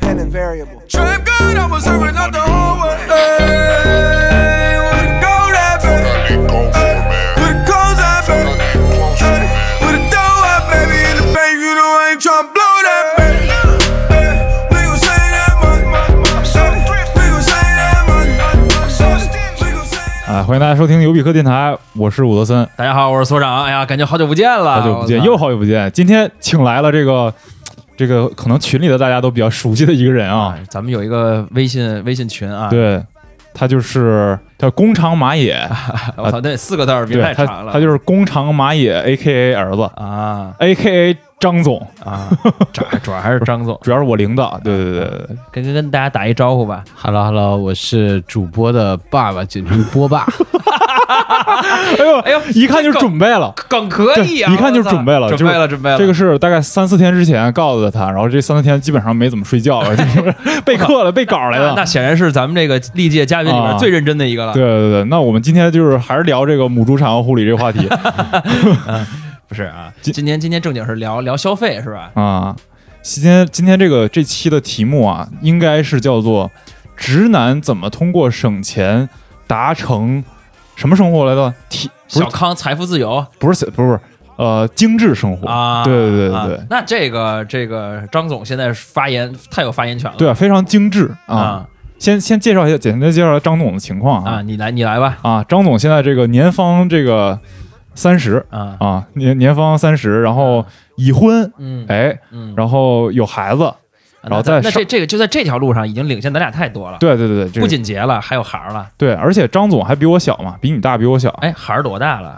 variable. Trap God, I was serving out the whole way. Hey, where the gold at, baby? Where the clothes at, baby? Hey, where the dough at, baby? In the bank, you know I ain't tryna blow that, baby. Hey, we gon' save that money. Hey, we gon' save that money. We gon' save that- 啊，欢迎大家收听牛比克电台，我是伍德森，大家好，我是所长。哎呀，感觉好久不见了，好久不见，我操又好久不见。今天请来了这个这个可能群里的大家都比较熟悉的一个人啊，啊！咱们有一个微信微信群啊，，对他就是叫工长马野，哎我操，那四个字儿名啊对啊太他长了，他就是工长马野 A K A 儿子啊 A K A 张总，啊，主主要还是张总，主要是我领导，对对对对对，跟跟跟大家打一招呼吧。 Hello Hello，我是主播的爸爸，简称波 爸。哎呦哎呦一看就这是梗准备了。梗可以啊，对一看就我操准备了准备了，准备了。这个是大概三四天之前告诉的他，然后这三四天基本上没怎么睡觉， 就是备课了，备稿来那了啊那。显然是咱们这个历届嘉宾里啊面最认真的一个了。对，对对，那我们今天就是还是聊这个母猪产后护理这个话 题不是啊，今今天今天正经是聊聊消费是吧？啊。今天今天这个这期的题目啊，应该是叫做“直男怎么通过省钱达成什么生活来的体”，不小是康财富自由不是不是不是呃精致生活啊，对对对对对啊那这个这个张总现在发言太有发言权了。对，非常精致啊啊。先先介绍一下，简单介绍一下张总的情况啊，啊你来你来吧啊，张总现在这个年方这个三十啊，啊，年年方三十，然后已婚，嗯哎，嗯，然后有孩子，啊然后那再那上这这个就在这条路上已经领先咱俩太多了，对对对对，这个不仅结了，还有孩儿了。对，而且张总还比我小嘛，比你大，比我小。哎，孩儿多大了？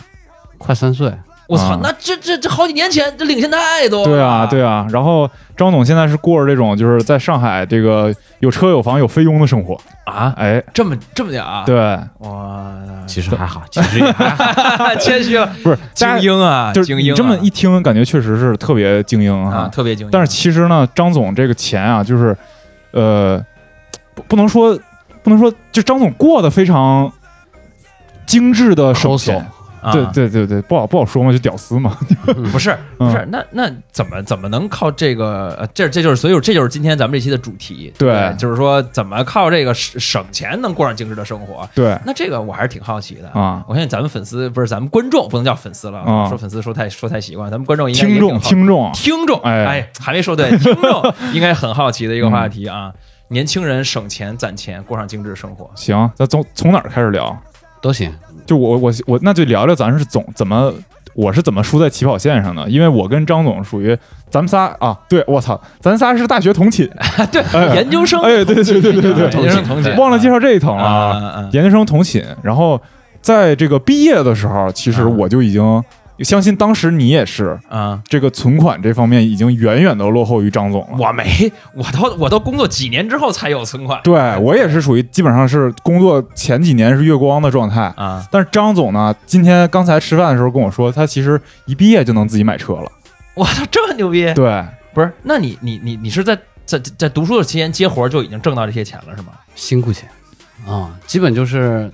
快三岁，我操啊，那这这这好几年前这领先太多了。对啊，对啊，啊。然后张总现在是过着这种就是在上海这个有车有房有菲佣的生活。啊，哎，这么这么点啊？，对，哇， 其实还好，其实也还好。谦 虚了，不是精，英大啊，家就是精你英啊。这么一听，感觉确实是特别精英啊，啊。特别精英。但是其实呢，张总这个钱啊，就是呃，不不能说不能说，就张总过得非常精致的手抠钱搜。啊对对对对，不好不好说嘛，就屌丝嘛。 不是嗯不是，那那怎么怎么能靠这个？呃这这就是所以这就是今天咱们这期的主题，对就是说怎么靠这个省省钱能过上精致的生活。对那这个我还是挺好奇的啊我相信咱们粉丝不是咱们观众，不能叫粉丝了，啊说粉丝说太说太习惯，咱们观众应该也听众挺好听众听众，哎哎，还没说对，听众应该很好奇的一个话题啊。年轻人省钱攒钱，过上精致生活。行，咱从从哪儿开始聊？都行，就我我我那就聊聊咱是总怎么我是怎么输在起跑线上的，因为我跟张总属于咱们仨啊，对我操，咱仨是大学同寝，对，哎研究 生，哎，对对对对对对研究生同寝，忘了介绍这一层了，啊啊，啊啊研究生同寝，然后在这个毕业的时候，其实啊我就已经相信当时你也是啊！这个存款这方面已经远远的落后于张总了。我没，我都我都工作几年之后才有存款。对我也是属于基本上是工作前几年是月光的状态，啊，但是张总呢，今天刚才吃饭的时候跟我说，他其实一毕业就能自己买车了。我操，这么牛逼！对，不是，那你你你你是在在在读书的期间接活儿就已经挣到这些钱了是吗？辛苦钱啊、基本就是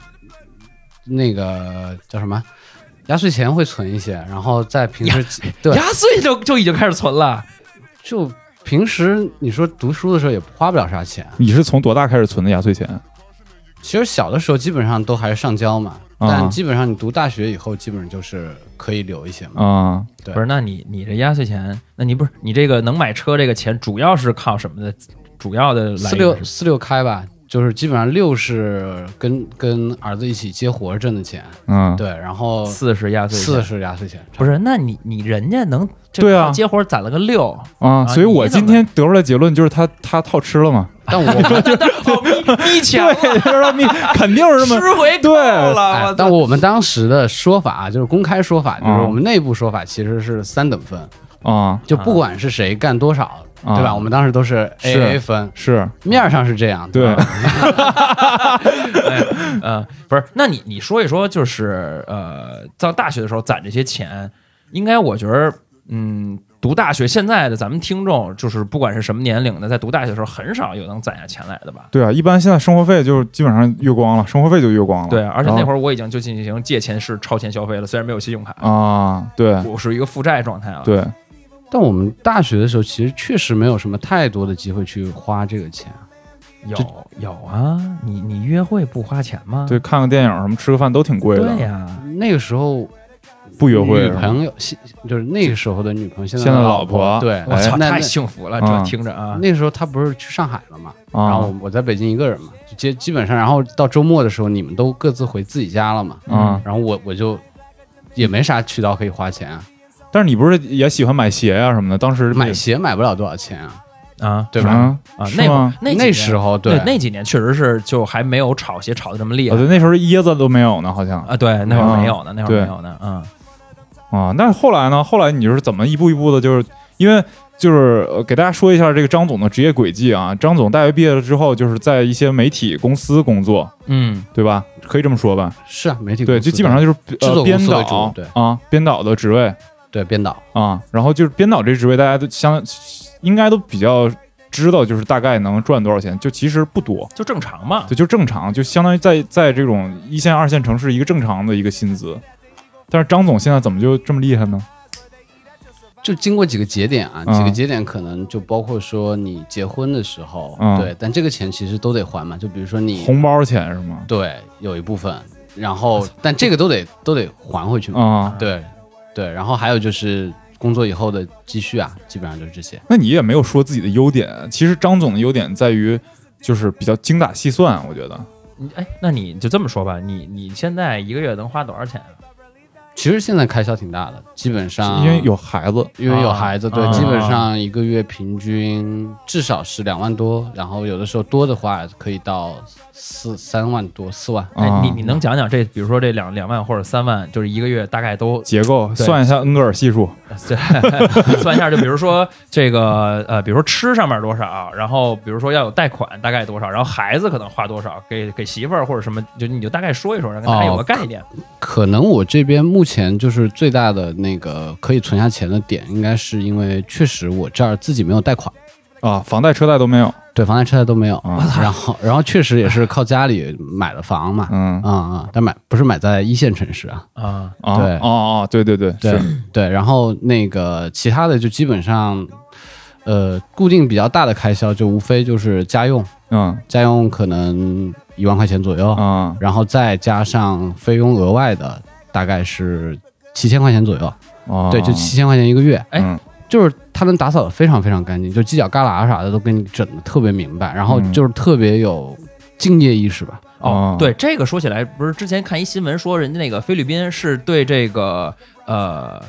那个叫什么，压岁钱会存一些，然后在平时对压岁就就已经开始存了。就平时你说读书的时候也花不了啥钱，你是从多大开始存的压岁钱？其实小的时候基本上都还是上交嘛，啊但基本上你读大学以后，基本上就是可以留一些嘛。啊、对不是，那你你这压岁钱，那你不是你这个能买车这个钱，主要是靠什么的？主要的来四源六是四六开吧，就是基本上六是跟跟儿子一起接活儿挣的钱，嗯，对，然后四十压岁钱，啊四是压岁钱，不是？那你你人家能这对啊靠接活儿攒了个六，啊，啊所以我今天得出来结论就是他他套吃了嘛，但我们哦一钱了，对，就是你肯定是这么吃回对够了，哎啊我，操但我们当时的说法啊就是公开说法，就是啊我们内部说法其实是三等分，啊，就不管是谁干多少，啊对吧？我们当时都是是 A A 分，是面上是这样，对吧，嗯、不是，那你你说一说，就是呃，到大学的时候攒这些钱，应该我觉得，嗯，读大学现在的咱们听众，就是不管是什么年龄的，在读大学的时候，很少有能攒下钱来的吧？ 对啊，一般现在生活费就基本上月光了，生活费就月光了。对，啊而且那会儿儿我已经就进行借钱式超前消费了，虽然没有信用卡，啊，对我属于一个负债状态了。，啊对，但我们大学的时候，其实确实没有什么太多的机会去花这个钱。有有啊，你你约会不花钱吗？对，看个电影什么吃个饭都挺贵的，对呀、那个时候不约会女是吗朋友，现就是那个时候的女朋友，现在现在的老婆婆，对，我操，那太那幸福了，嗯这听着啊，那时候她不是去上海了嘛，然后啊我我在北京一个人嘛，就基基本上，然后到周末的时候，你们都各自回自己家了嘛，啊！然后我我就也没啥渠道可以花钱啊，但是你不是也喜欢买鞋呀什么的？当时买鞋买不了多少钱啊，啊对嗯吧？啊，是那会儿吗那几那年时候对对那几年确实是就还没有炒鞋炒的这么厉啊，害对，那时候椰子都没有呢，好像啊，对，那会儿啊没有呢，那会儿对没有呢，嗯，啊。那后来呢？后来你就是怎么一步一步的，就是因为就是呃给大家说一下这个张总的职业轨迹啊。张总大学毕业了之后，就是在一些媒体公司工作，嗯，对吧？可以这么说吧？是啊，媒体对，公司就基本上就是制呃作公司编为导主对啊，编导的职位对编导，啊。然后就是编导这职位，大家都相应该都比较知道，就是大概能赚多少钱，就其实不多。就正常嘛，对，就正常，就相当于在在这种一线、二线城市一个正常的一个薪资。但是张总现在怎么就这么厉害呢？就经过几个节点啊，嗯几个节点可能就包括说你结婚的时候，嗯对，但这个钱其实都得还嘛，就比如说你红包钱是吗？对有一部分，然后但这个都得都得还回去嘛，啊、对对，然后还有就是工作以后的积蓄啊，基本上就是这些。那你也没有说自己的优点。其实张总的优点在于就是比较精打细算，我觉得你哎，那你就这么说吧，你你现在一个月能花多少钱啊？其实现在开销挺大的，基本上因为有孩子因为有孩子，啊对，啊基本上一个月平均至少是两万多，然后有的时候多的话可以到四三万多四万。哎啊，，你你能讲讲这，比如说这两两万或者三万，就是一个月大概都结构对算一下恩格尔系数，对， 算一下，就比如说这个呃，比如说吃上面多少，然后比如说要有贷款大概多少，然后孩子可能花多少，给给媳妇儿或者什么，就你就大概说一说，让哦大家有个概念。可能我这边目前就是最大的那个可以存下钱的点，应该是因为确实我这儿自己没有贷款，啊，房贷车贷都没有。对，房贷车贷都没有。啊然后，然后确实也是靠家里买的房嘛，嗯啊啊，但买不是买在一线城市啊，啊，啊对哦哦，对对对，对是对，然后那个其他的就基本上，呃，固定比较大的开销就无非就是家用，嗯家用可能一万块钱左右，啊然后再加上费用额外的大概是七千块钱左右，啊，对，就七千块钱一个月，哎嗯就是他们打扫的非常非常干净，就犄角旮旯啥的都给你整的特别明白，然后嗯就是特别有敬业意识吧，哦哦，对，这个说起来，不是之前看一新闻说，人家那个菲律宾是对这个呃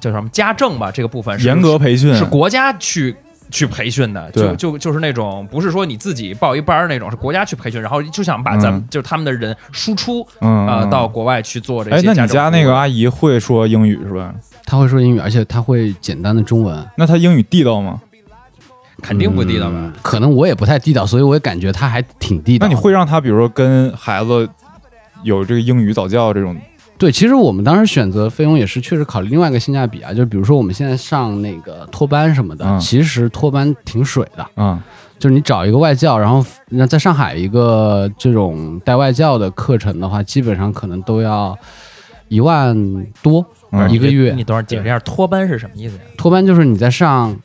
叫什么家政吧这个部分是严格培训是国家去去培训的，对就就就是那种不是说你自己报一班儿那种，是国家去培训，然后就想把咱们、嗯就是他们的人输出嗯啊、呃嗯到国外去做这些哎，那家你政家服务那个阿姨会说英语是吧？他会说英语，而且他会简单的中文，那她英语地道吗？肯定不地道吧？嗯可能我也不太地道，所以我也感觉他还挺地道那的。你会让他，比如说跟孩子有这个英语早教这种对？其实我们当时选择菲佣也是确实考虑另外一个性价比啊，就比如说我们现在上那个托班什么的，嗯其实托班挺水的，啊、就是你找一个外教，然后那在上海一个这种带外教的课程的话，基本上可能都要一万多、嗯一个月你。等会儿解释一下托班是什么意思呀？托班就是你在上，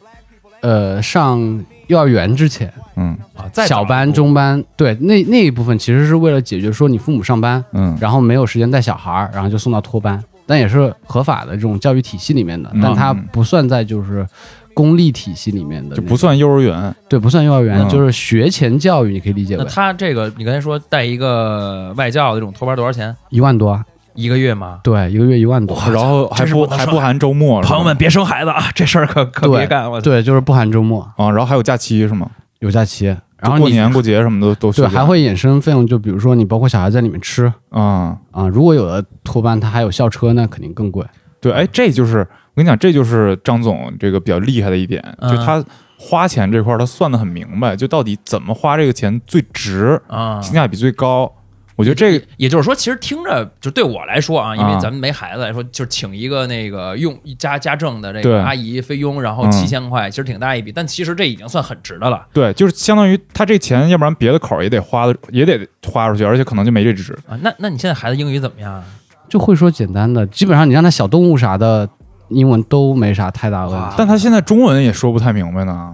呃，上幼儿园之前，嗯啊，在小班、中班，对，那那一部分其实是为了解决说你父母上班，嗯然后没有时间带小孩儿，然后就送到托班，但也是合法的这种教育体系里面的，嗯但它不算在就是公立体系里面的那就种，不算幼儿园，对，不算幼儿园，嗯就是学前教育，你可以理解那为他这个你刚才说带一个外教的这种托班多少钱？一万多啊，一个月吗？对，一个月一万多，然后还真是不不能还说不含周末，是吧朋友们别生孩子啊，这事儿可可别对干！我操对，就是不含周末，啊，然后还有假期是吗？有假期，然后就过你年过节什么的都对还会衍生费用，就比如说你包括小孩在里面吃啊、啊、如果有的托班他还有校车，那肯定更贵。对，哎，这就是我跟你讲，这就是张总这个比较厉害的一点，嗯就是他花钱这块儿他算的很明白，就到底怎么花这个钱最值，啊，性价比最高。我觉得这个也就是说，其实听着就对我来说啊，因为啊咱们没孩子来说，就是请一个那个用家家政的这对个阿姨菲佣，然后嗯七千块，其实挺大一笔，但其实这已经算很值的了对，就是相当于他这钱，要不然别的口儿也得花的，也得花出去，而且可能就没这值。啊。那那你现在孩子英语怎么样啊？就会说简单的，基本上你让他小动物啥的，英文都没啥太大啊问题，但他现在中文也说不太明白呢。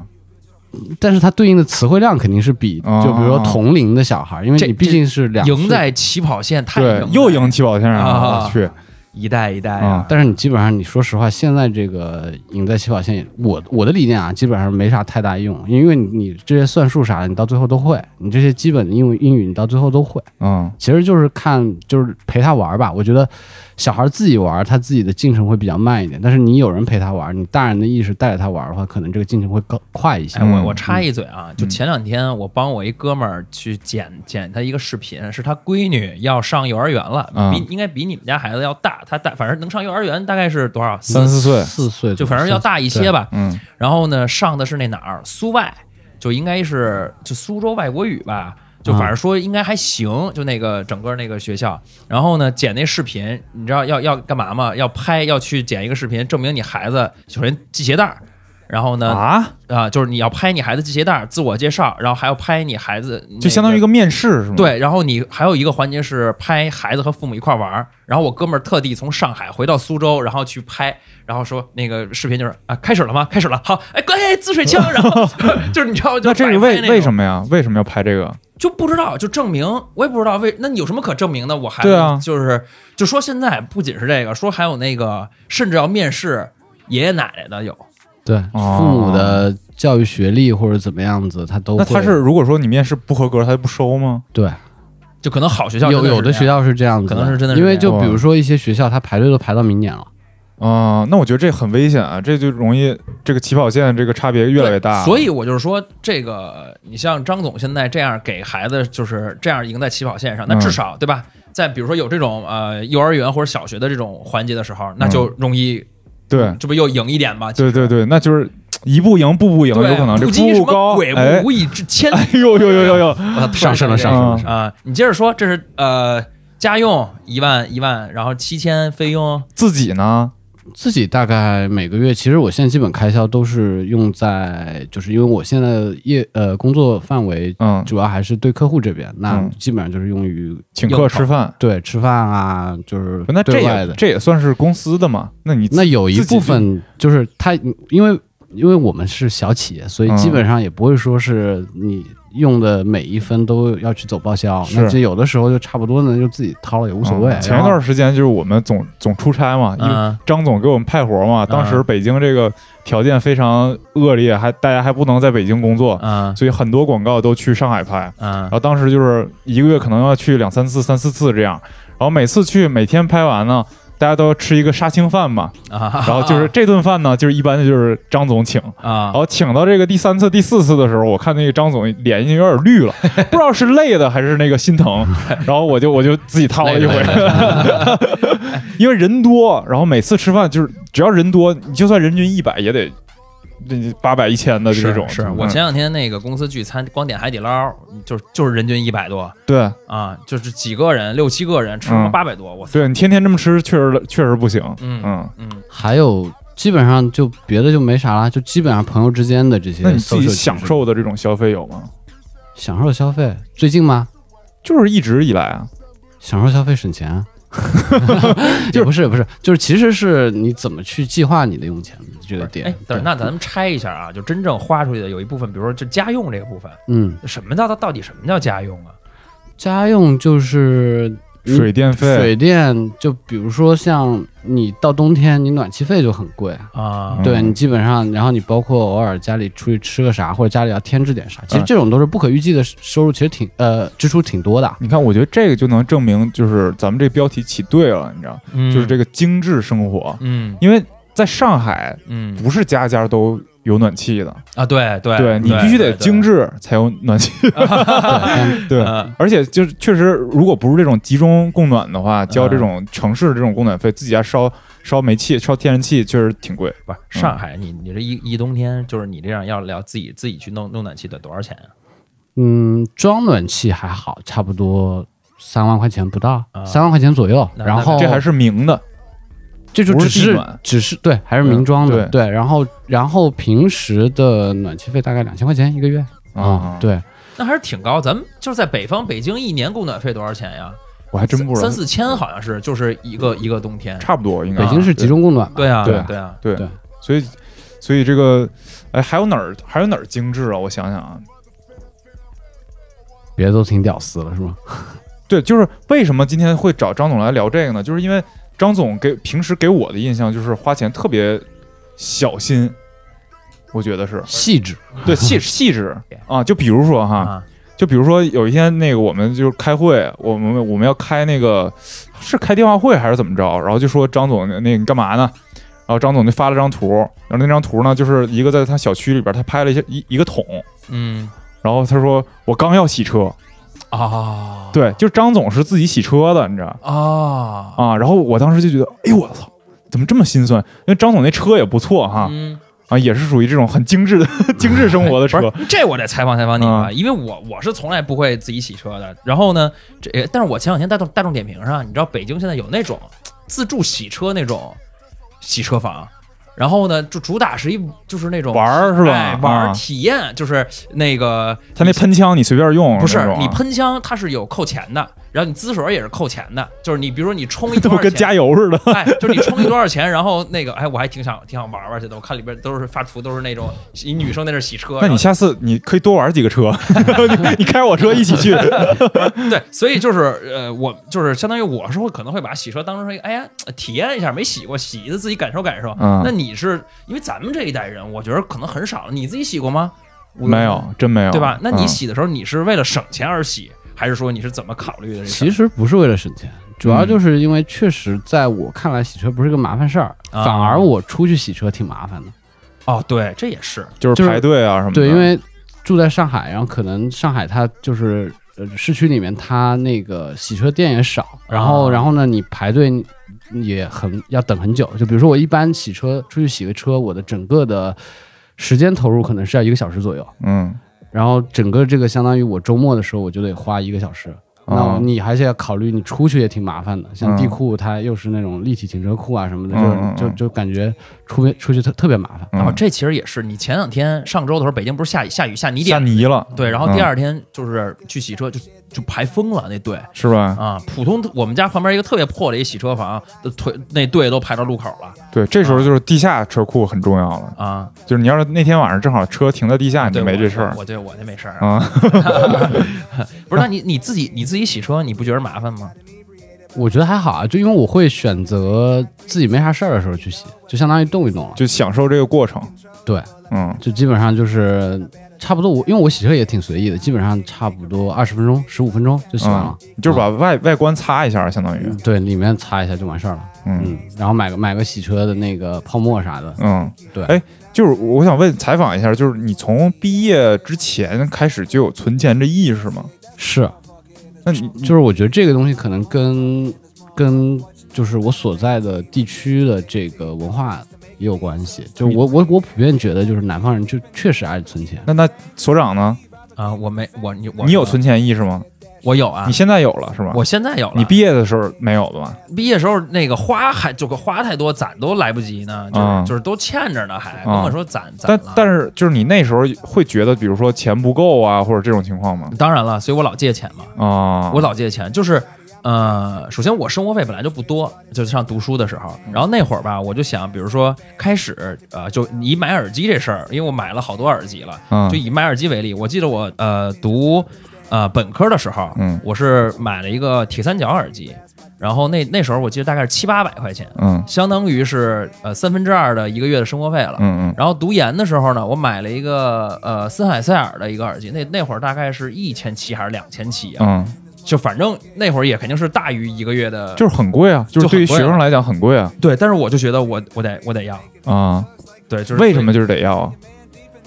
但是它对应的词汇量肯定是比哦就比如说同龄的小孩，因为这你毕竟是两岁赢，在起跑线，太赢对了，又赢起跑线上了，啊我去，一代一代啊，但是你基本上你说实话，现在这个赢在起跑线，我我的理念啊，基本上没啥太大用，因为你你这些算术啥的，你到最后都会，你这些基本的英文英语你到最后都会。嗯，其实就是看，就是陪他玩儿吧。我觉得小孩自己玩儿，他自己的进程会比较慢一点。但是你有人陪他玩儿，你大人的意识带着他玩儿的话，可能这个进程会更快一些。哎，我嗯我插一嘴啊，就前两天我帮我一哥们儿去剪剪他一个视频，是他闺女要上幼儿园了，嗯比应该比你们家孩子要大，他大反正能上幼儿园大概是多少三四岁，四岁就反正要大一些吧。嗯然后呢，上的是那哪儿苏外，就应该是就苏州外国语吧，就反正说应该还行，就那个整个那个学校。然后呢，剪那视频，你知道要要干嘛吗？要拍，要去剪一个视频，证明你孩子首先系鞋带儿，然后呢啊、啊，就是你要拍你孩子系鞋带儿，自我介绍，然后还要拍你孩子、就相当于一个。个面试是吗？，对，然后你还有一个环节是拍孩子和父母一块儿玩儿。然后我哥们儿特地从上海回到苏州，然后去拍，然后说那个视频就是啊，开始了吗？开始了，好，哎，乖，滋水 枪，然后就是你知道，就那这个为摆拍那为种什么呀？为什么要拍这个？就不知道，就证明我也不知道为那你有什么可证明的？我还对啊就是就说现在不仅是这个，说还有那个，甚至要面试爷爷奶奶的有，对哦父母的教育学历或者怎么样子，他都那他会是如果说你面试不合格，他就不收吗？对就可能好学校有有的的学校是这样子，可能是真的是因为这就样比如说一些学校，他排队都排到明年了。啊，那我觉得这很危险啊，这就容易这个起跑线这个差别越来越大。对所以我就是说，这个你像张总现在这样给孩子就是这样赢在起跑线上，那嗯至少、对吧？在比如说有这种呃幼儿园或者小学的这种环节的时候，那就容易，对这不又赢一点吗？嗯对对对，那就是一步赢步步赢，有可能这不及什步步么高，鬼哎 步，无以至千里。哎呦呦呦呦呦，啊突上然升了想升了起这个上事儿啊！你接着说，这是呃家用一万一万，然后七千费用，自己呢？自己大概每个月，其实我现在基本开销都是用在，就是因为我现在的业呃工作范围嗯，主要还是对客户这边，那嗯基本上就是用于请客吃饭，对，吃饭啊，就是那这对外也的。这也算是公司的嘛？那你那有一自己部分就是他，因为因为我们是小企业，所以嗯基本上也不会说是你用的每一分都要去走报销。是那这有的时候就差不多呢，就自己掏了也无所谓。哎啊嗯前一然后段时间就是我们总总出差嘛，因为嗯张总给我们派活啊嘛，当时北京这个条件非常恶劣，还大家还不能在北京工作，啊嗯所以很多广告都去上海拍。嗯然后当时就是一个月可能要去两三次、三四次这样，然后每次去每天拍完呢，大家都要吃一个杀青饭嘛，啊，然后就是这顿饭呢，就是一般就是张总请，啊然，后请到这个第三次、第四次的时候，我看那个张总脸已经有点 绿了，不知道是累的还是那个心疼。然后我就我就自己掏了一回， 因为人多，然后每次吃饭就是只要人多，你就算人均一百也得八百一千的这是种。是嗯我前两天那个公司聚餐，光点海底捞，就是就是人均一百多对啊，就是几个人六七个人吃嗯了八百多，我操，对，你天天这么吃，确实确实不行。嗯嗯，嗯，还有基本上就别的就没啥了，就基本上朋友之间的这些。那你自己享受的这种消费有吗？享受消费，最近吗？就是一直以来啊，享受消费省钱 啊，也不是也不是，就是其实是你怎么去计划你的用钱的这个点哎。，等对那咱们拆一下啊，就真正花出去的有一部分，比如说就家用这个部分，嗯，什么叫到到底什么叫家用啊？家用就是你水电费、水电，就比如说像你到冬天，你暖气费就很贵。啊嗯，对你基本上，然后你包括偶尔家里出去吃个啥，或者家里要添置点啥，其实这种都是不可预计的收入，其实挺呃支出挺多的。你看，我觉得这个就能证明，就是咱们这标题起对了，你知道，嗯就是这个，个精致生活。嗯因为在上海，嗯不是家家都有暖气的，啊，对对对你必须得精，致才有暖气。对，嗯而且就是确实，如果不是这种集中供暖的话，交这种城市的这种供暖费，自己家烧烧煤气、烧天然气，确实挺贵。不是上海，你你这一一冬天，就是你这样要聊自己自己去弄弄暖气得多少钱啊？嗯，装暖气还好，差不多三万块钱不到，啊三万块钱左右。那然后这还是明的，哦这就不只是地是暖只是对，还是民装的、嗯对。然后然后平时的暖气费大概两千块钱一个月啊、啊对，那还是挺高。咱们就是在北方，北京一年供暖费多少钱呀？我还真不知道三，四千好像是，就是一个一个冬天。差不多应该北京是集中供暖嘛，对啊，对对啊，对对所以所以这个哎还有哪儿还有哪儿精致啊？我想想啊，别的都挺屌丝了是吗？对，就是为什么今天会找张总来聊这个呢？就是因为张总给平时给我的印象就是花钱特别小心，我觉得是细致，对 细细致啊。就比如说哈，啊，就比如说有一天那个我们就是开会，我们我们要开那个是开电话会还是怎么着？然后就说张总那那你干嘛呢？然后张总就发了张图，然后那张图呢，就是一个在他小区里边，他拍了一些一一个桶，嗯然后他说我刚要洗车，啊，对，就是张总是自己洗车的，你知道。啊，啊，然后我当时就觉得，哎呦我操，怎么这么心酸？因为张总那车也不错哈，嗯，啊，也是属于这种很精致的精致生活的哎不车，是，这我得采访采访你啊，啊因为我我是从来不会自己洗车的。然后呢，这呃但是我前两天大众大众点评上，你知道北京现在有那种自助洗车那种洗车房，然后呢，就主打是一就是那种玩儿是吧？哎玩儿啊体验，就是那个他那喷枪你随便用，不是那种啊你，喷枪它是有扣钱的，然后你滋水也是扣钱的，就是你比如说你 充一这多不少跟钱加。油似的？ 哎，就是你充一多少钱，然后那个，哎，我还挺想挺想玩玩去的。我看里边都是发图，都是那种一女生在那儿洗车。那然后你下次你可以多玩几个车， 你你开我车一起去。对，所以就是呃，我就是相当于我是会可能会把洗车当成一个，哎呀，体验一下，没洗过，洗一次自己感受感受。嗯那你是因为咱们这一代人，我觉得可能很少，你自己洗过吗？我没有，，真没有，对吧？那嗯你洗的时候，你是为了省钱而洗，还是说你是怎么考虑的这事儿？其实不是为了省钱，主要嗯就是因为确实在我看来，洗车不是个麻烦事儿，啊反而我出去洗车挺麻烦的。哦，对，这也是就是就是排队啊什么的？对，因为住在上海，然后可能上海它就是呃市区里面它那个洗车店也少，然后啊然后呢你排队也很要等很久。就比如说我一般洗车出去洗个车，我的整个的时间投入可能是要一个小时左右，嗯，然后整个这个相当于我周末的时候我就得花一个小时。那哦你还是要考虑，你出去也挺麻烦的。嗯像地库，它又是那种立体停车库啊什么的，嗯嗯就就嗯就感觉出去出去特特别麻烦。嗯哦，这其实也是。你前两天上周的时候，北京不是下雨下雨下泥下点，泥了，对，然后第嗯二天就是去洗车就就排疯了那队是吧？啊，普通我们家旁边一个特别破的一洗车房，的腿那队都排到路口了对，这时候就是地下车库很重要了，啊。就是你要是那天晚上正好车停在地下，你对，就没这事儿我我对我这没事儿啊。啊。 不是，那你你自己你自己洗车，你不觉得麻烦吗？我觉得还好啊，就因为我会选择自己没啥事儿的时候去洗，就相当于动一动了。就享受这个过程。对，嗯，就基本上就是差不多我。因为我洗车也挺随意的，基本上差不多二十分钟、十五分钟就洗完了嗯。你就是把外外观擦一下，相当于，嗯对，里面擦一下就完事儿了。嗯嗯，然后买个买个洗车的那个泡沫啥的，嗯，对哎，就是我想问采访一下，就是你从毕业之前开始就有存钱这意识吗？是，那你就是我觉得这个东西可能跟跟就是我所在的地区的这个文化也有关系。就我我我普遍觉得，就是南方人就确实爱存钱。那那所长呢？啊，我没我你我你有存，钱意识吗？我有啊你，现在有了是吧？我现在有了。你毕业的时候没有吧？毕业时候那个花还就个花太多，攒都来不及呢，就是、嗯就是都欠着呢，还嗯甭管说攒攒但了。但是就是你那时候会觉得，比如说钱不够啊，或者这种情况吗？当然了，所以我老借钱嘛，啊，我老借钱，就是呃，首先我生活费本来就不多，就是上读书的时候，嗯然后那会儿吧，我就想，比如说开始呃，就以买耳机这事儿，因为我买了好多耳机了，嗯就以买耳机为例，我记得我呃读呃本科的时候，嗯我是买了一个铁三角耳机，然后那那时候我记得大概是七八百块钱，嗯相当于是呃三分之二的一个月的生活费了。嗯然后读研的时候呢，我买了一个呃森海塞尔的一个耳机，那那会儿大概是一千七还是两千七嗯啊？嗯，就反正那会儿也肯定是大于一个月的，就是很贵啊，就是就很对于贵学啊生来讲很贵啊对。但是我就觉得我我得我得要，啊，对，就是为什么？就是得要啊？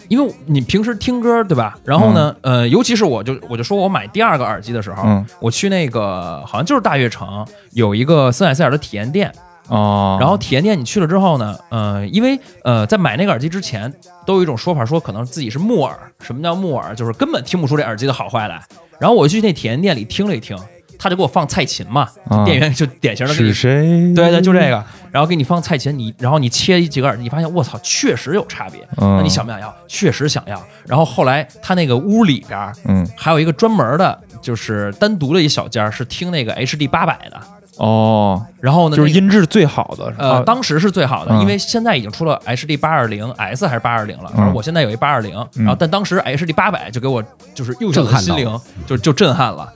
因为你平时听歌对吧？然后呢，呃，尤其是我就我就说我买第二个耳机的时候，嗯我去那个好像就是大悦城有一个森海塞尔的体验店，啊，然后体验店你去了之后呢，呃，因为呃，在买那个耳机之前，都有一种说法说可能自己是木耳。什么叫木耳？就是根本听不出这耳机的好坏来。然后我去那体验店里听了一听，他就给我放蔡琴嘛，啊店员就典型的给你是，谁？对对，就这个，然后给你放蔡琴，你然后你切几个耳机，你发现我操，确实有差别。嗯那你想不想要？确实想要。然后后来他那个屋里边儿嗯还有一个专门的，就是单独的一小间儿是听那个 HD 八百的，哦，然后呢，就是那个音质最好的啊是吧呃，当时是最好的，嗯因为现在已经出了 HD 八二零 S 还是八二零了，反正嗯我现在有一八二零，然后但当时 HD 八百就给我就是幼小震的撼心到灵就就震撼了，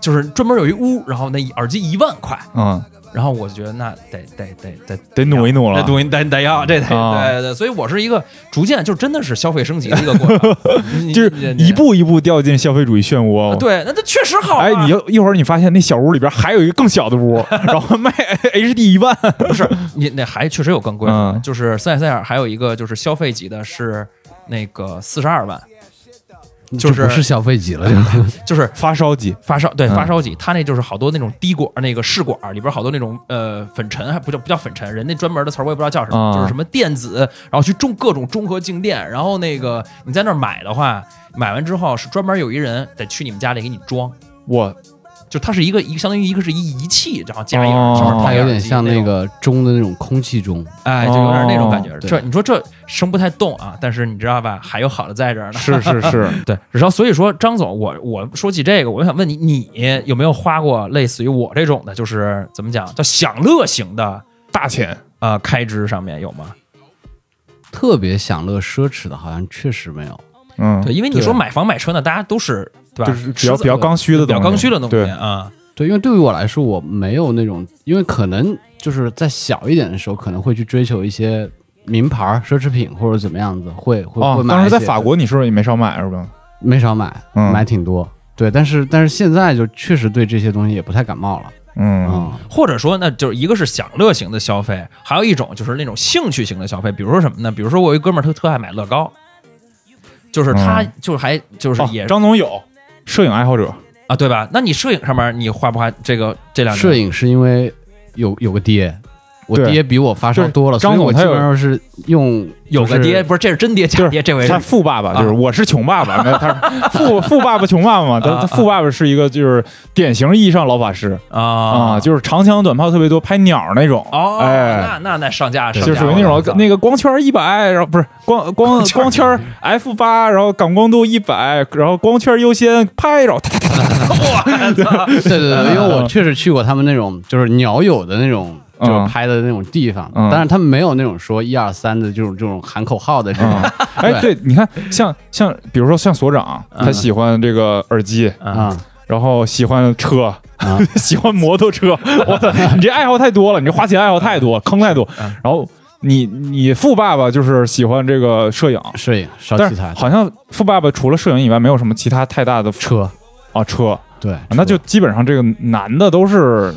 就是专门有一屋，然后那耳机一万块，嗯，然后我就觉得那得得得得得努一努那了。东西得得要，这得啊对对对，所以我是一个逐渐就真的是消费升级的一个过 程，你就是一。步一步掉进消费主义漩你涡。哦你， 对，那它确实好啊。哎，你就一会儿你发现那小屋里边还有一个更小的 屋，然后卖 HD 一万，不是 你那还确实有更贵的，嗯就是三百三尔还有一个就是消费级的是那个四十二万，就就是不是消费级 了，就就是发烧机发烧对嗯发烧级，它那就是好多那种滴管儿，那个试管儿里边儿好多那种呃粉尘，还不叫不叫粉尘，人那专门的词儿我也不知道叫什么，啊就是什么电子，然后去中各种中和静电，然后那个你在那儿买的话，买完之后是专门有一人得去你们家里给你装，我就它是一个一个相当于一个是一仪器，然后加一耳哦上面它放一有耳点机像那那种，个钟的那种空气钟，哎，就有点那种感觉。哦这你说这生不太动啊，但是你知道吧，还有好的在这儿呢。是是是，对，然后所以说张总，我我说起这个，我就想问你，你有没有花过类似于我这种的，就是怎么讲叫享乐型的 大钱呃开支上面有吗？特别享乐奢侈的，好像确实没有。嗯，对，因为你说对买房买车呢，大家都是对吧？就是比较实在比较刚需的比东较西，刚需的东西对，啊。对，因为对于我来说，我没有那种，因为可能就是在小一点的时候，可能会去追求一些名牌儿奢侈品或者怎么样子，会会、哦会，买一当些。时在法国，你是不是也没少买是吧？没少买，嗯买挺多。对，但是但是现在就确实对这些东西也不太感冒了。嗯，啊嗯，或者说，那就是一个是享乐型的消费，还有一种就是那种兴趣型的消费，比如说什么呢？比如说我有一哥们儿特特爱买乐高，就是他嗯就是还就是哦也、张总有摄影爱好者，啊，对吧？那你摄影上面你花不花这个这两年摄影是因为有有个爹，我对爹比我发烧多了，就是张所以我总基他有本上是用有个就是爹不是这是真爹假就是爹，这回他富爸爸就是啊我是穷爸爸，那他是富 富爸爸穷爸爸嘛，他啊他富爸爸是一个就是典型意义上老法师啊啊，就是长枪短炮特别多，拍鸟那种哦，哎。那那那上架上架就属于那我操种那个光圈一百，然后不是 光光光圈 f 八，然后感光度一百，然后光圈优先拍，然后哒哒哒 对对对，因为我确实去过他们那种就是鸟友的那种。就嗯是拍的那种地方，嗯但是他们没有那种说一二三的这种这种喊口号的这种嗯哎，对，你看，像像比如说像所长，他嗯喜欢这个耳机，啊，啊然后喜欢车，啊嗯 喜欢摩托车。我操，你这爱好太多了，你这花钱爱好太多，坑太多嗯。然后你你富爸爸就是喜欢这个摄影，摄影烧但器是材好像富爸爸除了摄影以外，没有什么其他太大的车，啊车，对，那就车基本上这个男的都是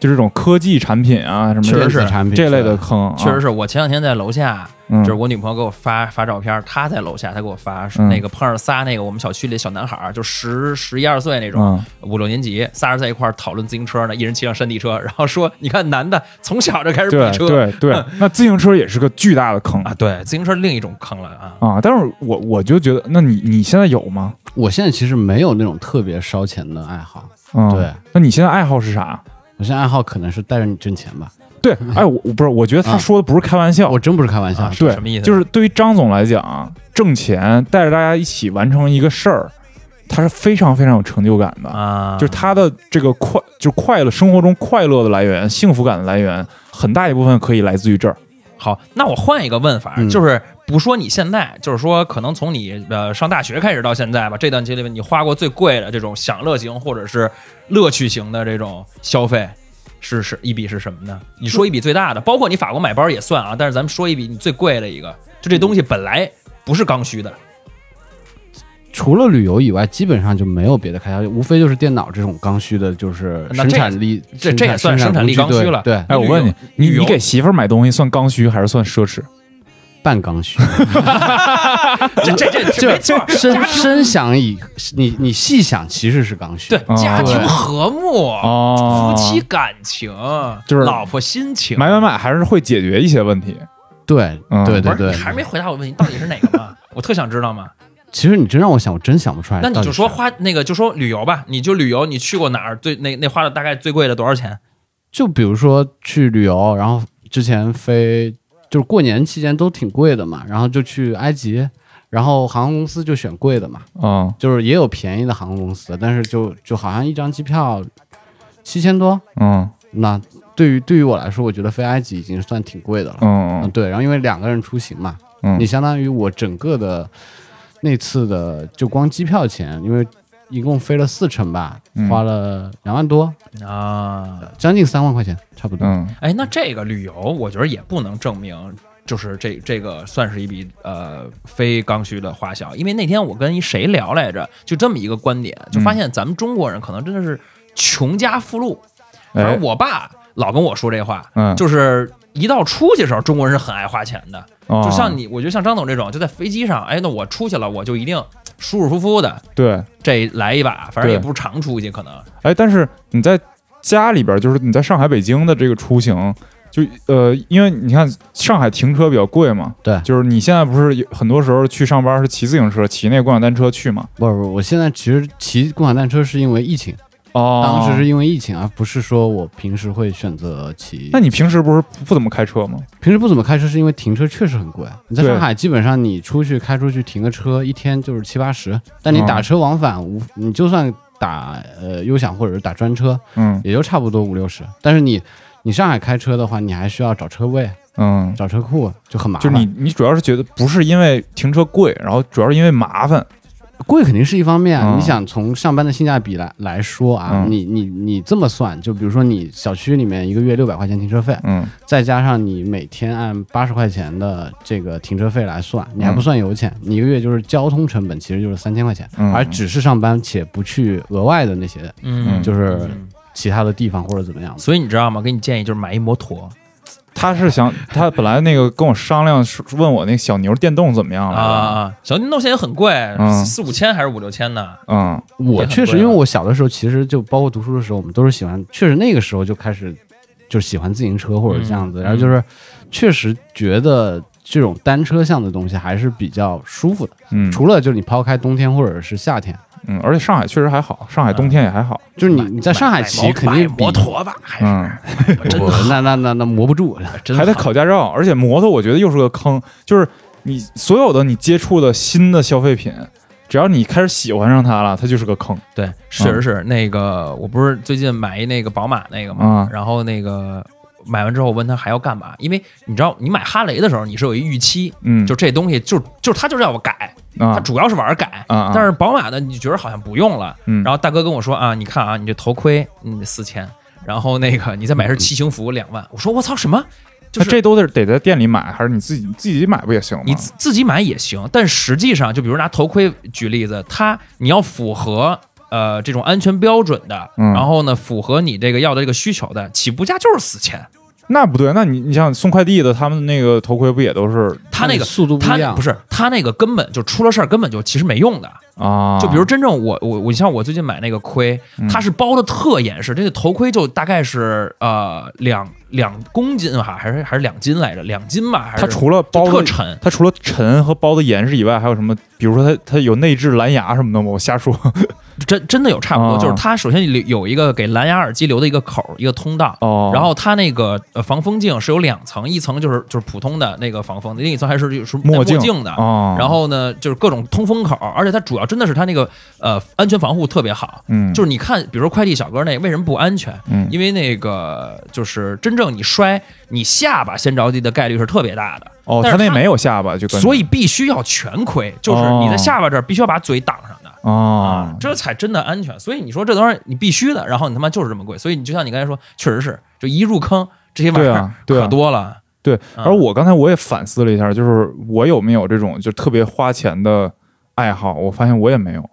就这种科技产品啊什么确电实是子产品这类的对坑啊，确实是我前两天在楼下，嗯就是我女朋友给我发发照片，她在楼下，她给我发嗯那个碰上仨那个我们小区里小男孩儿，就十十一二岁那种，嗯五六年级，仨人在一块儿讨论自行车呢，一人骑辆山地车，然后说你看男的从小就开始对比车对 对，那自行车也是个巨大的坑啊，对，自行车另一种坑了啊，啊。但是我我就觉得，那你你现在有吗？我现在其实没有那种特别烧钱的爱好，嗯，对。那你现在爱好是啥？我现在爱好可能是带着你挣钱吧，对，哎，我我不是，我觉得他说的不是开玩 笑，我真不是开玩笑，啊对，什么意思就是对于张总来讲啊，挣钱带着大家一起完成一个事儿，他是非常非常有成就感的。啊，就是他的这个快，就快乐生活中快乐的来源、幸福感的来源，很大一部分可以来自于这儿。好，那我换一个问法，嗯就是不说你现在，就是说可能从你呃上大学开始到现在吧，这段期里面你花过最贵的这种享乐型或者是乐趣型的这种消费。是是一笔是什么呢？你说一笔最大的，包括你法国买包也算啊，但是咱们说一笔你最贵的一个，就这东西本来不是刚需的除了旅游以外，基本上就没有别的开销，无非就是电脑这种刚需的，就是那生这产力，这生这产也算生生产产力工具刚需对了对，哎，我问你，你旅游你给媳妇儿买东西算刚需还是算奢侈？半刚需，这这 这这没错儿，深深想以你你细想，其实是刚需。对，家庭对和睦，哦夫妻感情，就是老婆心情，买买买还是会解决一些问题。对嗯对不对是对你，还没回答我问题，到底是哪个嘛？我特想知道嘛。其实你真让我想，我真想不出来那到你底是。就说花那个就说旅游吧，你就旅游，你去过哪儿？最那那花了大概最贵的多少钱？就比如说去旅游，然后之前飞，就是过年期间都挺贵的嘛，然后就去埃及，然后航空公司就选贵的嘛，啊就是也有便宜的航空公司，但是就就好像一张机票七千多，嗯那对于对于我来说，我觉得飞埃及已经算挺贵的了。嗯对，然后因为两个人出行嘛，嗯，你相当于我整个的那次的就光机票钱，因为一共飞了四程吧，嗯花了两万多，啊，将近三万块钱，差不多。嗯哎，那这个旅游我觉得也不能证明。就是这这个算是一笔呃非刚需的花销，因为那天我跟一谁聊来着，就这么一个观点，就发现咱们中国人可能真的是穷家富路，反哎正我爸老跟我说这话，嗯，就是一到出去的时候，中国人是很爱花钱的。就就像你，我觉得像张总这种，就在飞机上，哎，那我出去了，我就一定舒舒服服的，对，这来一把，反正对也不是常出去，可能哎，但是你在家里边儿，就是你在上海、北京的这个出行，就呃，因为你看上海停车比较贵嘛，对就是你现在不是有很多时候去上班是骑自行车、骑那个共享单车去嘛？不不，我现在其实骑共享单车是因为疫情，哦当时是因为疫情，而不是说我平时会选择骑。那你平时不是不不怎么开车吗？平时不怎么开车，是因为停车确实很贵。你在对上海，基本上你出去开出去停个车，一天就是七八十，但你打嗯车往返无，你就算打呃优享或者是打专车，嗯也就差不多五六十。但是你你上海开车的话，你还需要找车位、嗯，找车库，就很麻就烦。是你你主要是觉得不是因为停车贵，然后主要是因为麻烦。贵肯定是一方面，啊嗯你想从上班的性价比来来说啊，嗯你你你这么算，就比如说你小区里面一个月六百块钱停车费，嗯再加上你每天按八十块钱的这个停车费来算，你还嗯不算油钱，你一个月就是交通成本，其实就是三千块钱，嗯而只是上班且不去额外的那些，嗯就是其他的地方或者怎么样的。所以你知道吗？给你建议就是买一摩托他是想，他本来那个跟我商量，是问我那小牛电动怎么样啊来着？啊，小电动现在很贵，嗯四五千还是五六千呢？嗯我确也很贵实，啊因为我小的时候，其实就包括读书的时候，我们都是喜欢，确实那个时候就开始就喜欢自行车或者这样子，嗯然后就是确实觉得这种单车项的东西还是比较舒服的，嗯除了就是你抛开冬天或者是夏天。嗯，而且上海确实还好，上海冬天也还好。就是你你在上海骑买肯定买比摩托吧，还是嗯。真我那那那那磨 不住，啊真还得好考驾照，而且摩托我觉得又是个坑，就是你所有的你接触的新的消费品，只要你开始喜欢上它了，它就是个坑。对，确嗯实是那个，我不是最近买一那个宝马那个嘛啊，然后那个买完之后，我问他还要干嘛，因为你知道，你买哈雷的时候，你是有一预期，嗯，就这东西就就是他就是要我改，他啊，主要是玩儿改，啊啊但是宝马的你觉得好像不用了，嗯然后大哥跟我说啊，你看啊，你这头盔嗯四千，然后那个你再买身骑行服两万，我说我操什么？就它是这都得得在店里买，还是你自己自己买不也行吗？你啊自自己买也行，但实际上，就比如拿头盔举例子，它你要符合呃这种安全标准的，嗯然后呢符合你这个要的这个需求的，起步价就是四千。那不对，那你你像送快递的，他们那个头盔不也都是他那个嗯速度不他一样，不是他那个根本就出了事儿，根本就其实没用的。啊？就比如真正我我我，你像我最近买那个盔，嗯它是包的特严实，这个头盔就大概是呃两两公斤吧，还是还是两斤来着，两斤吧，还是它除了包就特的。沉。它除了沉和包的严实以外，还有什么？比如说它它有内置蓝牙什么的吗？我瞎说。 真真的有差不多，啊就是它首先有一个给蓝牙耳机留的一个口儿，一个通道。哦然后它那个呃防风镜是有两层，一层就是就是普通的那个防风，另一层还是就是墨墨镜的。哦然后呢，就是各种通风口，而且它主要真的是它那个呃安全防护特别好。嗯就是你看，比如说快递小哥那为什么不安全？嗯因为那个就是真正你摔，你下巴先着地的概率是特别大的。哦，但是它那没有下巴，就跟所以必须要全盔，就是你在哦下巴这儿必须要把嘴挡上的。啊哦，，这才真的安全。所以你说这东西你必须的，然后你他妈就是这么贵。所以你就像你刚才说，确实是，就一入坑这些玩意对儿啊对啊可多了。对，嗯而我刚才我也反思了一下，就是我有没有这种就特别花钱的爱好？我发现我也没有。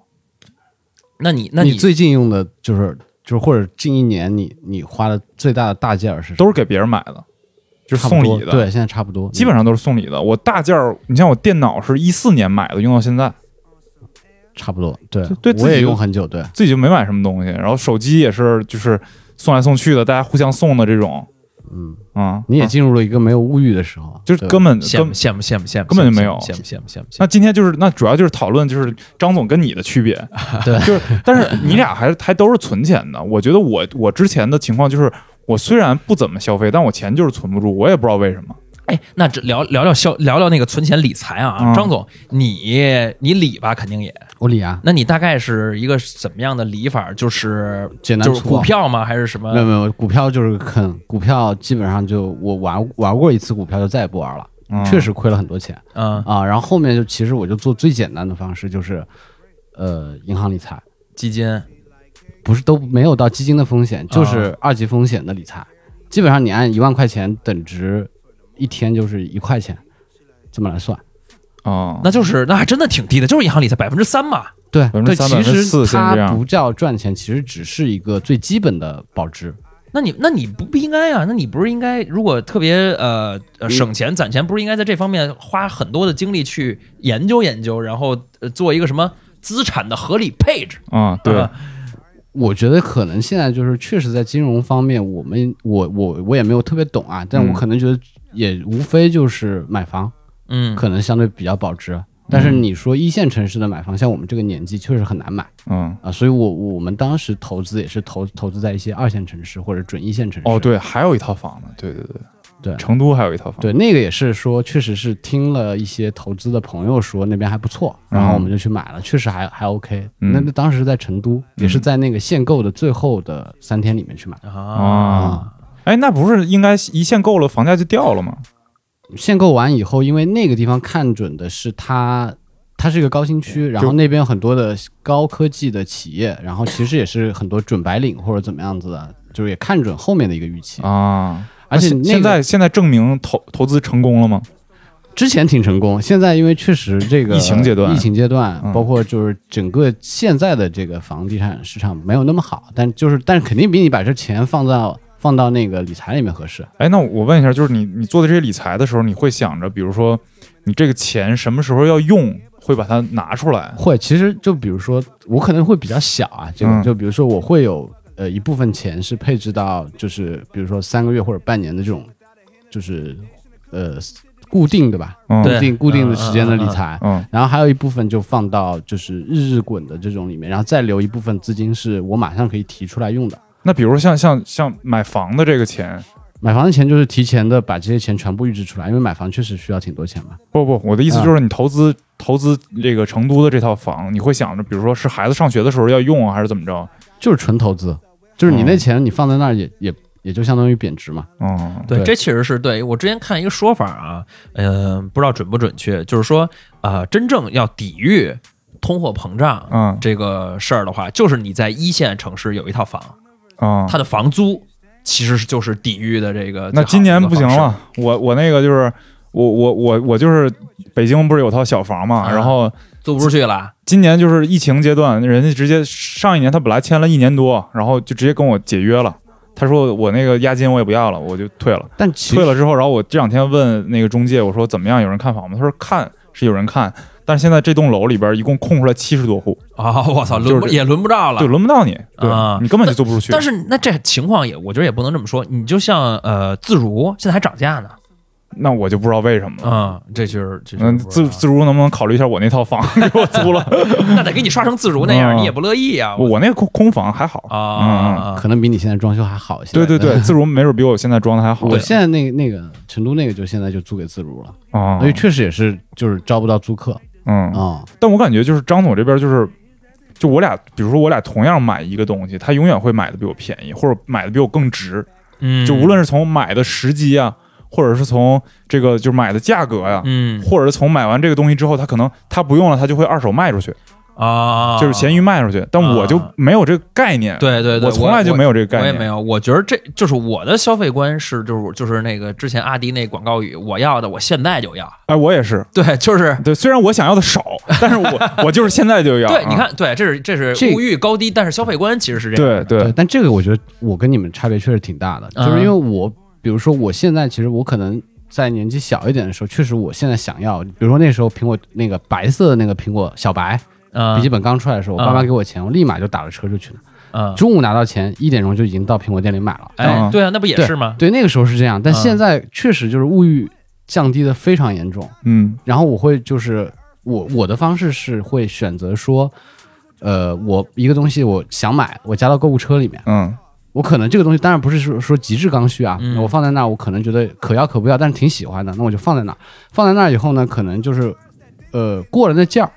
那你那你最近用的就是就是或者近一年你你花的最大的大件儿是什么都是给别人买的，就是差不送多礼的，对，，现在差不多，基本上都是送礼的。我大件儿，你像我电脑是一四年买的，用到现在，差不多，对对自我也己用都很久，对，自己就没买什么东西。然后手机也是，就是送来送去的，大家互相送的这种，嗯，啊、你也啊进入了一个没有物欲的时候，就是根根本羡根慕。羡慕羡慕羡慕，根本就没有羡慕羡慕羡慕。羡那今天就是，那主要就是讨论就是张总跟你的区别， 对就是，但是你俩还还都是存钱的。我觉得我我之前的情况就是，我虽然不怎么消费，但我钱就是存不住，我也不知道为什么。慕哎，那这聊聊聊消聊聊那个存钱理财啊，嗯张总，你你理吧，肯定也，我理啊，那你大概是一个怎么样的理法？就是简单就是粗暴啊股票吗？还是什么？嗯没有没有，股票就是坑，股票基本上就我玩玩过一次股票就再也不玩了，嗯确实亏了很多钱嗯，啊。然后后面就其实我就做最简单的方式，就是呃银行理财，基金，不是都没有到基金的风险，啊就是二级风险的理财。基本上你按一万块钱等值，一天就是一块钱，这么来算。啊，那就是那还真的挺低的，就是银行理财百分之三嘛。对3%对，其实4%现在这它样不叫赚钱，其实只是一个最基本的保值。那你那你不不应该啊？那你不是应该如果特别呃嗯呃省钱攒钱，不是应该在这方面花很多的精力去研究研究，然后、呃、做一个什么资产的合理配置？啊，对，吧我觉得可能现在就是确实在金融方面，我们我我我也没有特别懂啊，但嗯我可能觉得也无非就是买房，嗯，可能相对比较保值。但是你说一线城市的买房，像我们这个年纪确实很难买嗯，啊，所以我我们当时投资也是投投资在一些二线城市或者准一线城市。哦，对，还有一套房呢，对对对，对成都还有一套房，对，那个也是说，确实是听了一些投资的朋友说那边还不错，然后我们就去买了，确实还还 OK。嗯那那当时在成都，也是在那个限购的最后的三天里面去买的啊，哎，那不是应该一限购了，房价就掉了吗？限购完以后，因为那个地方看准的是它，它是一个高新区，然后那边很多的高科技的企业，然后其实也是很多准白领或者怎么样子的，就是也看准后面的一个预期。啊，而且那现那个现在现在证明投投资成功了吗？之前挺成功，现在因为确实这个疫情阶段疫情阶段嗯，包括就是整个现在的这个房地产市场没有那么好，但就是但肯定比你把这钱放到放到那个理财里面合适。哎，那我问一下，就是你你做的这些理财的时候，你会想着，比如说你这个钱什么时候要用，会把它拿出来？会，其实就比如说我可能会比较小啊，这嗯个就比如说我会有呃一部分钱是配置到就是比如说三个月或者半年的这种就是呃固定的吧，嗯，固对定固定的嗯时间的嗯嗯理嗯财。嗯然后还有一部分就放到就是日日滚的这种里面，然后再留一部分资金是我马上可以提出来用的。那比如像像像买房的这个钱，买房的钱就是提前的把这些钱全部预支出来，因为买房确实需要挺多钱嘛。不不，我的意嗯思就是你投资、投资这个成都的这套房，你会想着，比如说是孩子上学的时候要用啊，还是怎么着？就是纯投资，就是你那嗯钱你放在那儿也、也也就相当于贬值嘛。嗯，对，对这确实是对我之前看一个说法啊，嗯、不知道准不准确，就是说，呃，真正要抵御通货膨胀，嗯这个事儿的话，就是你在一线城市有一套房，啊、它的房租其实是就是抵御的这个。那今年不行这个方式，了，我我那个就是我我我我就是北京不是有套小房嘛，啊然后租不出去了。今年就是疫情阶段，人家直接上一年他本来签了一年多，然后就直接跟我解约了。他说我那个押金我也不要了，我就退了。但其退实了之后，然后我这两天问那个中介，我说怎么样，有人看房吗？他说看是有人看，但是现在这栋楼里边一共空出来七十多户，啊、我操，就轮是不这也轮不着了。对，轮不到你，对、啊你根本就租不出去。但是那这情况也，我觉得也不能这么说。你就像呃，自如现在还涨价呢，那我就不知道为什么了。啊、这就是这就是嗯，不知自道自如能不能考虑一下我那套房 给我租了？那得给你刷成自如那样，嗯你也不乐意啊。我那个空空房还好啊嗯嗯，啊，可能比你现在装修还好一些。对对 对，自如没准比我现在装的还好我现在那个那个成都那个就现在就租给自如了，啊所以，确实也是就是招不到租客嗯啊、但我感觉就是张总这边就是，就我俩，比如说我俩同样买一个东西，他永远会买的比我便宜，或者买的比我更值。嗯，就无论是从买的时机啊，或者是从这个就是买的价格呀、嗯或者是从买完这个东西之后，他可能他不用了，他就会二手卖出去，啊，就是闲鱼卖出去。但我就没有这个概念，对对对，我从来就没有这个概我念，也没有，我觉得这就是我的消费观是，就是就是那个之前阿迪那广告语，我要的我现在就要，哎，我也是，对，就是对，虽然我想要的少，但是 我我就是现在就要。对，啊你，看，对，这是这这是物欲高低，但是消费观其实是这样，对对，呃但这个我觉得我跟你们差别确实挺大的，就嗯是因为我，比如说我现在其实我可能在年纪小一点的时候，确实我现在想要，比如说那时候苹果那个白色的那个苹果小白嗯，笔记本刚出来的时候，我爸嗯妈给我钱，我立马就打了车就去了，嗯，中午拿到钱，一点钟就已经到苹果店里买了。哎嗯，对啊，那不也是吗？对，那个时候是这样，但嗯现在确实就是物欲降低的非常严重，嗯然后我会就是我我的方式是会选择说，呃，我一个东西我想买，我加到购物车里面。嗯我可能这个东西当然不是说说极致刚需啊，嗯我放在那儿，我可能觉得可要可不要，但是挺喜欢的，那我就放在那儿。放在那儿以后呢，可能就是呃过了那劲儿，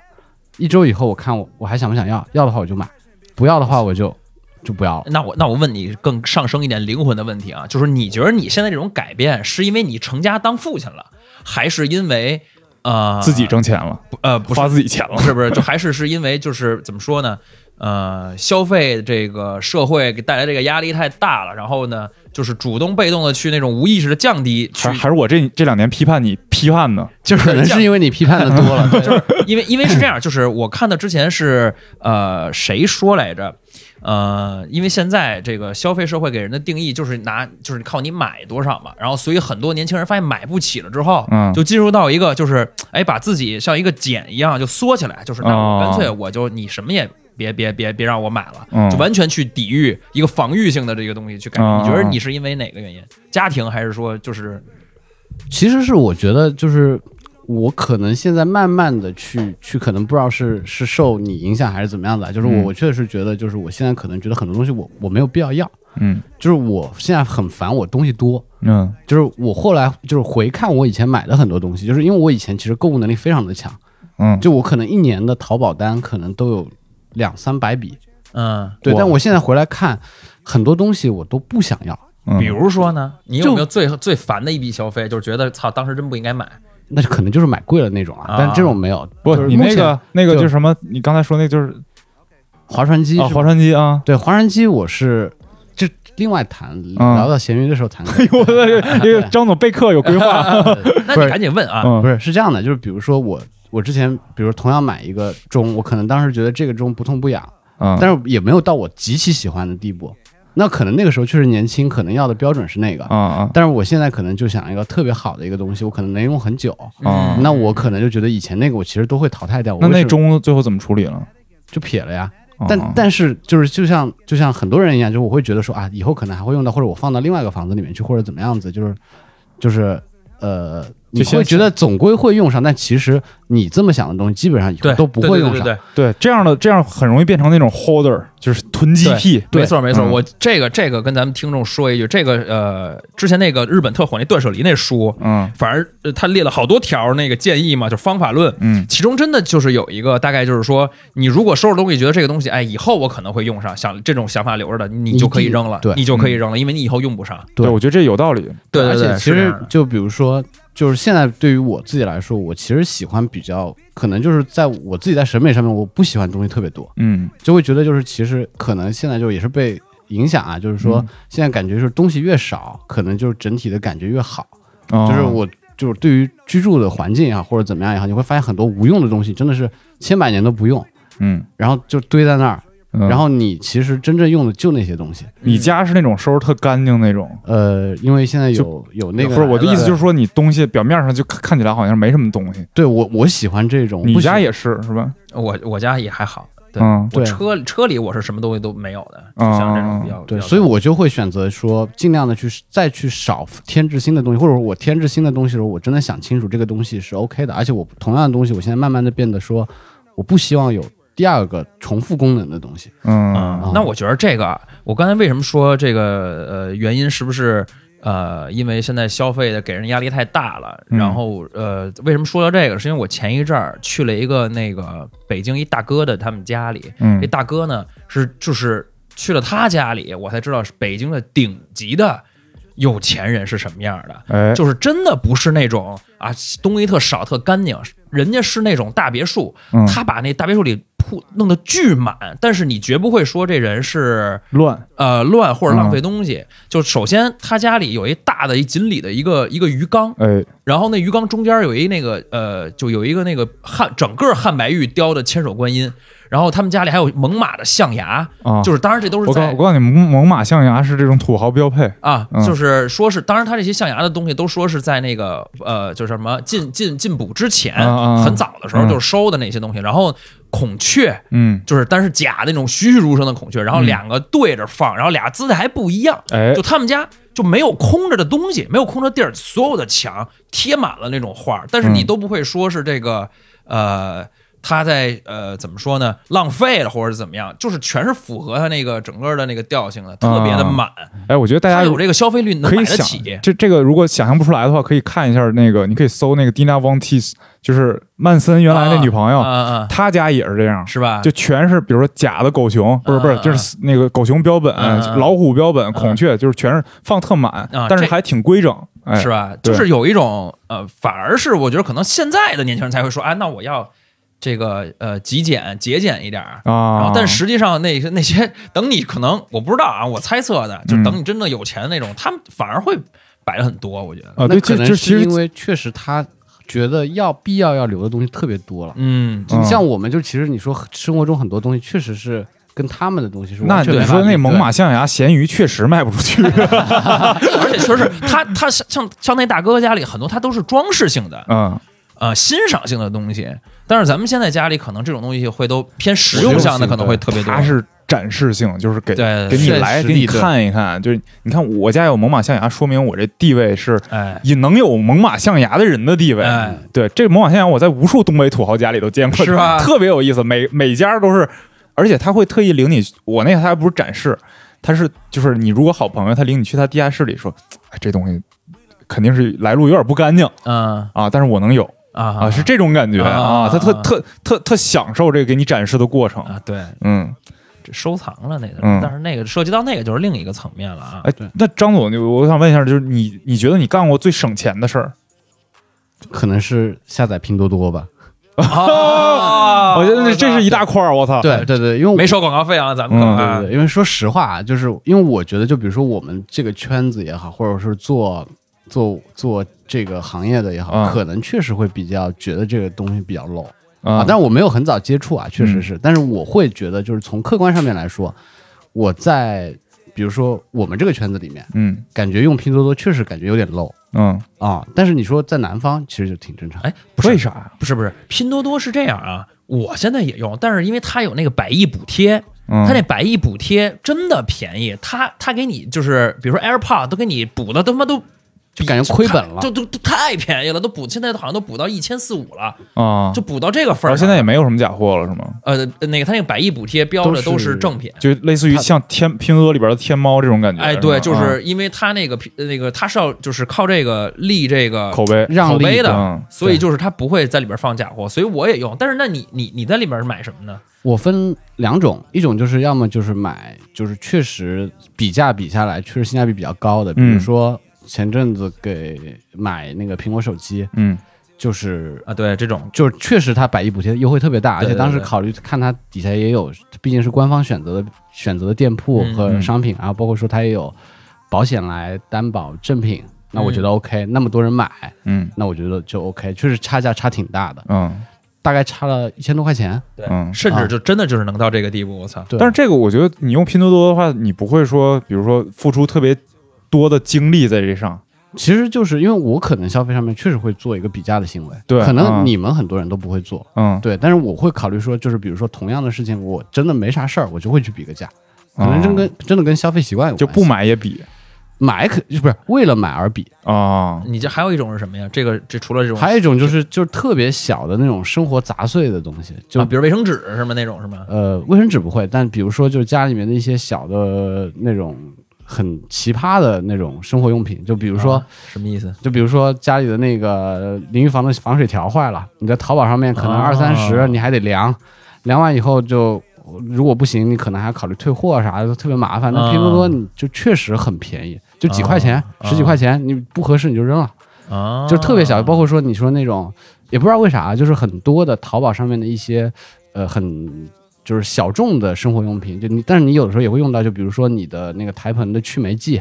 一周以后我看我我还想不想要，要的话我就买，不要的话我就就不要嗯了。那我那我问你更上升一点灵魂的问题啊，就是你觉得你现在这种改变是因为你成家当父亲了，还是因为呃自己挣钱了，呃不是花自己钱不了，是不是，就还是是因为就是怎么说呢？呃，消费这个社会给带来这个压力太大了，然后呢，就是主动被动的去那种无意识的降低，去还还是我这这两年批判你批判呢？就是可能降是因为你批判的 多了，就是因为因为是这样，就是我看到之前是呃谁说来着？呃，因为现在这个消费社会给人的定义就是拿就是靠你买多少嘛，然后所以很多年轻人发现买不起了之后，嗯就进入到一个就是哎把自己像一个茧一样就缩起来，就是那哦我干脆我就你什么也别别别别让我买了，嗯就完全去抵御一个防御性的这个东西去改。哦你觉得你是因为哪个原因？家庭还是说就是其实是我觉得就是我可能现在慢慢的去去，可能不知道是是受你影响还是怎么样的啊，就是我、嗯我确实觉得就是我现在可能觉得很多东西我我没有必要要，嗯就是我现在很烦我东西多。嗯就是我后来就是回看我以前买的很多东西，就是因为我以前其实购物能力非常的强，嗯，就我可能一年的淘宝单可能都有两三百笔，嗯，对。哇但我现在回来看，很多东西我都不想要，嗯比如说呢，你有就没有最最烦的一笔消费，就是觉得操，当时真不应该买？那就可能就是买贵了那种啊啊。但这种没有，不就是你目那前个那个就就是什么？你刚才说那个就是划船机啊，是划船机 啊。哦对，划船机我是这另外谈，聊到咸鱼的时候谈 过。我的这个张总备课有规 划， 那不你是赶紧问啊。嗯不是是这样的，就是比如说我我之前，比如同样买一个钟，我可能当时觉得这个钟不痛不痒，嗯但是也没有到我极其喜欢的地步。那可能那个时候确实年轻，可能要的标准是那个，啊啊但是我现在可能就想一个特别好的一个东西，我可能能用很久。啊嗯！那我可能就觉得以前那个我其实都会淘汰掉，我那为那什么钟最后怎么处理了？就撇了呀。啊但但是就是就像就像很多人一样，就我会觉得说啊，以后可能还会用到，或者我放到另外一个房子里面去，或者怎么样子，就是就是呃，你先会觉得总归会用上，但其实你这么想的东西，基本上以后对，都不对会对用对上。对对对这样的这样很容易变成那种 holder，就是囤积癖。没错没错。嗯我这个这个跟咱们听众说一句，这个呃，之前那个日本特火那断舍离那书，嗯反而呃他列了好多条那个建议嘛，就是方法论。嗯其中真的就是有一个大概就是说，你如果收拾东西觉得这个东西，哎，以后我可能会用上，想这种想法留着的，你就可以扔了你，对你就可以扔了，因为你以后用不上。对对，我觉得这有道理。对对而对，且其是这实样的就比如说，就是现在对于我自己来说，我其实喜欢比较，可能就是在我自己在审美上面，我不喜欢东西特别多，嗯就会觉得就是其实可能现在就也是被影响啊，就是嗯说现在感觉就是东西越少，可能就是整体的感觉越好。啊就是我就是对于居住的环境也啊好，或者怎么样也好，你会发现很多无用的东西真的是千百年都不用，嗯，然后就堆在那儿，嗯然后你其实真正用的就那些东西。你家是那种收拾特干净那种。呃，因为现在有有那个，不是我的意思，就是是说你东西表面上就看看起来好像没什么东西，对我我喜欢这种，你不喜家也是是吧？我我家也还好，对，嗯我对哦车车里我是什么东西都没有的，就像这种比较对，比较所以我就会选择说尽量的去再去少添置新的东西，或者我添置新的东西的时候，我真的想清楚这个东西是 OK 的，而且我同样的东西，我现在慢慢的变得说，我不希望有第二个重复功能的东西。嗯嗯，那我觉得这个啊，我刚才为什么说这个呃原因是不是呃因为现在消费的给人压力太大了，嗯然后呃为什么说到这个，是因为我前一阵儿去了一个那个北京一大哥的他们家里，嗯这大哥呢是就是去了他家里，我才知道是北京的顶级的有钱人是什么样的，哎，就是真的不是那种啊东西特少特干净，人家是那种大别墅，嗯他把那大别墅里铺弄得巨满，但是你绝不会说这人是乱呃乱或者浪费东西。嗯就首先他家里有一大的一锦鲤的一个一个鱼缸，哎，然后那鱼缸中间有一那个呃，就有一个那个汉整个汉白玉雕的千手观音，然后他们家里还有猛犸的象牙，啊就是当然这都是我告在我告诉你，猛猛犸象牙是这种土豪标配。啊嗯，就是说是，当然他这些象牙的东西都说是在那个呃，就是什么进进进补之前啊啊啊，很早的时候嗯就是收的那些东西，然后孔雀。嗯，就是，但是假的那种栩栩如生的孔雀，然后嗯两个对着放，然后俩姿态还不一样。哎就，他们家就没有空着的东西，没有空着地儿，所有的墙贴满了那种画儿，但是你嗯都不会说是这个呃他在呃怎么说呢，浪费了或者怎么样，就是全是符合他那个整个的那个调性的，特别的满。哎，我觉得大他家有这个消费率能可买以得想起，这这个如果想象不出来的话，可以看一下那个，你可以搜那个 Dina Von Teese，就是曼森原来那女朋友，啊啊，啊她家也是这样，是吧？就全是比如说假的狗熊，不是不是，嗯就是那个狗熊标本、嗯嗯老虎标本、孔雀，就是全是放特满，啊但是这还挺规整，哎，是吧？对就是有一种呃，反而是我觉得可能现在的年轻人才会说啊，那我要这个呃极简节俭一点儿。然啊后，，但实际上那些那些等你可能我不知道啊，我猜测的，就嗯等你真的有钱那种，他们反而会摆了很多。我觉得，啊，那对，可这能这其是实因为确实他觉得要必要要留的东西特别多了。嗯，嗯你像我们，就其实你说生活中很多东西，确实是跟他们的东西是那完全你没法说那比猛犸象牙、咸鱼确实卖不出 去而且确实他他像像像那大哥家里很多，他都是装饰性的，嗯，呃，欣赏性的东西。但是咱们现在家里可能这种东西会都偏实用向的，可能会特别多它。是展示性，就是给对给你现来实给你力对看一看，就是你看我家有猛犸象牙，说明我这地位是哎，也能有猛犸象牙的人的地位。哎对，这猛犸象牙我在无数东北土豪家里都见过，是吧 特别有意思，每每家都是，而且他会特意领你，我那个他还不是展示，他是就是你如果好朋友，他领你去他地下室里说，哎，这东西肯定是来路有点不干净嗯啊，但是我能有啊啊，是这种感觉啊，啊他特啊特特特享受这个给你展示的过程，啊，对，嗯。这收藏了那个，嗯但是那个涉及到那个就是另一个层面了啊。哎对，那张总，就我想问一下，就是你，你觉得你干过最省钱的事儿？可能是下载拼多多吧。哦啊我觉得那这是一大块儿，我操！对对对，因为我没收广告费啊，咱们可嗯对对对，因为说实话啊，就是因为我觉得，就比如说我们这个圈子也好，或者是做做做这个行业的也好，嗯可能确实会比较觉得这个东西比较 low 啊，但我没有很早接触啊，确实是，但是我会觉得，就是从客观上面来说，我在比如说我们这个圈子里面，嗯感觉用拼多多确实感觉有点 low 嗯，啊、但是你说在南方，其实就挺正常。哎，不是为啥呀？不是不是，拼多多是这样啊，我现在也用，但是因为它有那个百亿补贴，嗯它那百亿补贴真的便宜，它它给你就是比如说 AirPod 都给你补的他妈都就感觉亏本了就都都太便宜了，都补现在好像都补到一千四五了，啊，就补到这个份然儿后上现了。在也没有什么假货了，是吗？呃那个它那个百亿补贴标的都都是是正品。就类似于像天拼多多里边的天猫这种感觉。哎，吗对，就啊是因为它那个那个，它是要就是靠这个立这个啊口碑让口利碑的嗯，所以就是它不会在里边放假货，所以我也用。但是那你你你在里边买什么呢？我分两种，一种就是要么就是买，就是确实比价比下来确实性价比比较高的，比嗯如说前阵子给买那个苹果手机，嗯就是啊，对，这种就是确实它百亿补贴优惠特别大，而对对且当时对考虑看它底下也有，毕竟是官方选择的选择的店铺嗯和嗯商品，然后包括说它也有保险来担保正品，那我觉嗯得 OK，、那么多人买，嗯那我觉得就 OK，确实差价差挺大的，嗯大概差了一千多块钱，对嗯甚至就真的就是能到这个地步，我操！对，但是这个我觉得你用拼多多的话，你不会说，比如说付出特别多的精力在这上。其实就是因为我可能消费上面确实会做一个比价的行为，对可能嗯你们很多人都不会做，嗯，对，但是我会考虑说，就是比如说同样的事情，我真的没啥事儿，我就会去比个价，可能真跟、真的跟消费习惯有关系哦就不买也比买可不是为了买而比，啊你这还有一种是什么呀？这个这除了这种，还有一种就是就是特别小的那种生活杂碎的东西，就、啊比如卫生纸是吗？那种是吗？呃卫生纸不会，但比如说就是家里面的一些小的那种很奇葩的那种生活用品，就比比如说。什么意思？就比如说家里的那个淋浴房的防水条坏了，你在淘宝上面可能哦二三十，你还得量，量完以后就如果不行，你可能还要考虑退货啥的，特别麻烦。那嗯拼多多你就确实很便宜，就几块钱、嗯十几块钱，你不合适你就扔了，啊，就特别小。包括说你说那种，也不知道为啥，就是很多的淘宝上面的一些呃很。就是小众的生活用品，就你，但是你有的时候也会用到，就比如说你的那个台盆的去霉剂，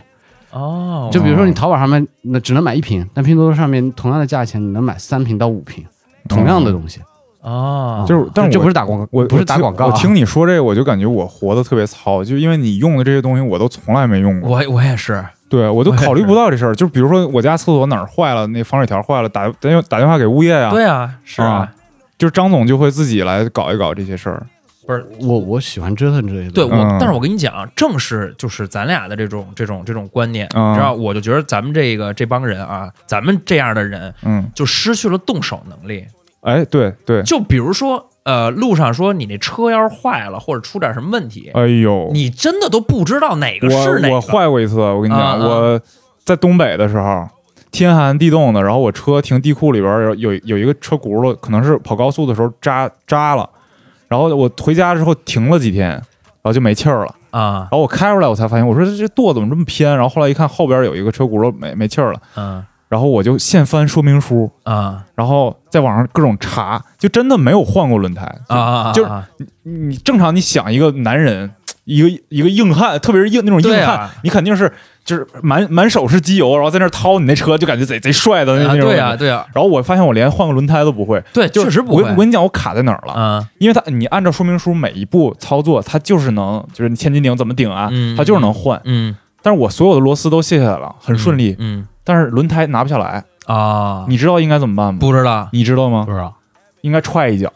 哦，就比如说你淘宝上面那只能买一瓶，但拼多多上面同样的价钱你能买三瓶到五瓶，同样的东西。哦，嗯就是但是这我不是打广告，我不是打广告啊、我听。我听你说这个，我就感觉我活得特别糙，就因为你用的这些东西我都从来没用过，我我也是，对我都我也考虑是不到这事儿。就比如说我家厕所哪儿坏了，那防水条坏了，打打电打电话给物业呀、对啊，是啊啊，就是张总就会自己来搞一搞这些事儿。不是我我喜欢折腾这些对东西。我，嗯但是我跟你讲，正是就是咱俩的这种这种这种观念，嗯你知道，我就觉得咱们这个这帮人啊，咱们这样的人嗯，就失去了动手能力。哎，对对，就比如说，呃路上说你那车要是坏了或者出点什么问题，哎呦，你真的都不知道哪个是哪我个。我坏过一次，我跟你讲，嗯嗯我在东北的时候，天寒地冻的，然后我车停地库里边儿有有有一个车轱辘，可能是跑高速的时候扎扎了，然后我回家之后停了几天，然后就没气儿了。啊然后我开出来，我才发现，我说这这舵怎么这么偏？然后后来一看，后边有一个车轱辘没没气儿了，嗯然后我就现翻说明书，啊啊然后在网上各种查，就真的没有换过轮胎啊啊！就啊你正常，你想一个男人，一个一个硬汉，特别是硬那种硬对汉，啊你肯定是就是满满手是机油，然后在那儿掏你那车，就感觉贼贼帅的那那种。对啊。对啊然后我发现我连换个轮胎都不会，对，就确实不我会跟我跟你讲，我卡在哪儿了？啊因为它你按照说明书每一步操作，它就是能，就是你千斤顶怎么顶啊，嗯它就是能换。嗯，但是我所有的螺丝都卸下来了，很顺利，嗯但是轮胎拿不下来。嗯啊，你知道应该怎么办吗？不知道你知道吗不？知道应该踹 一脚。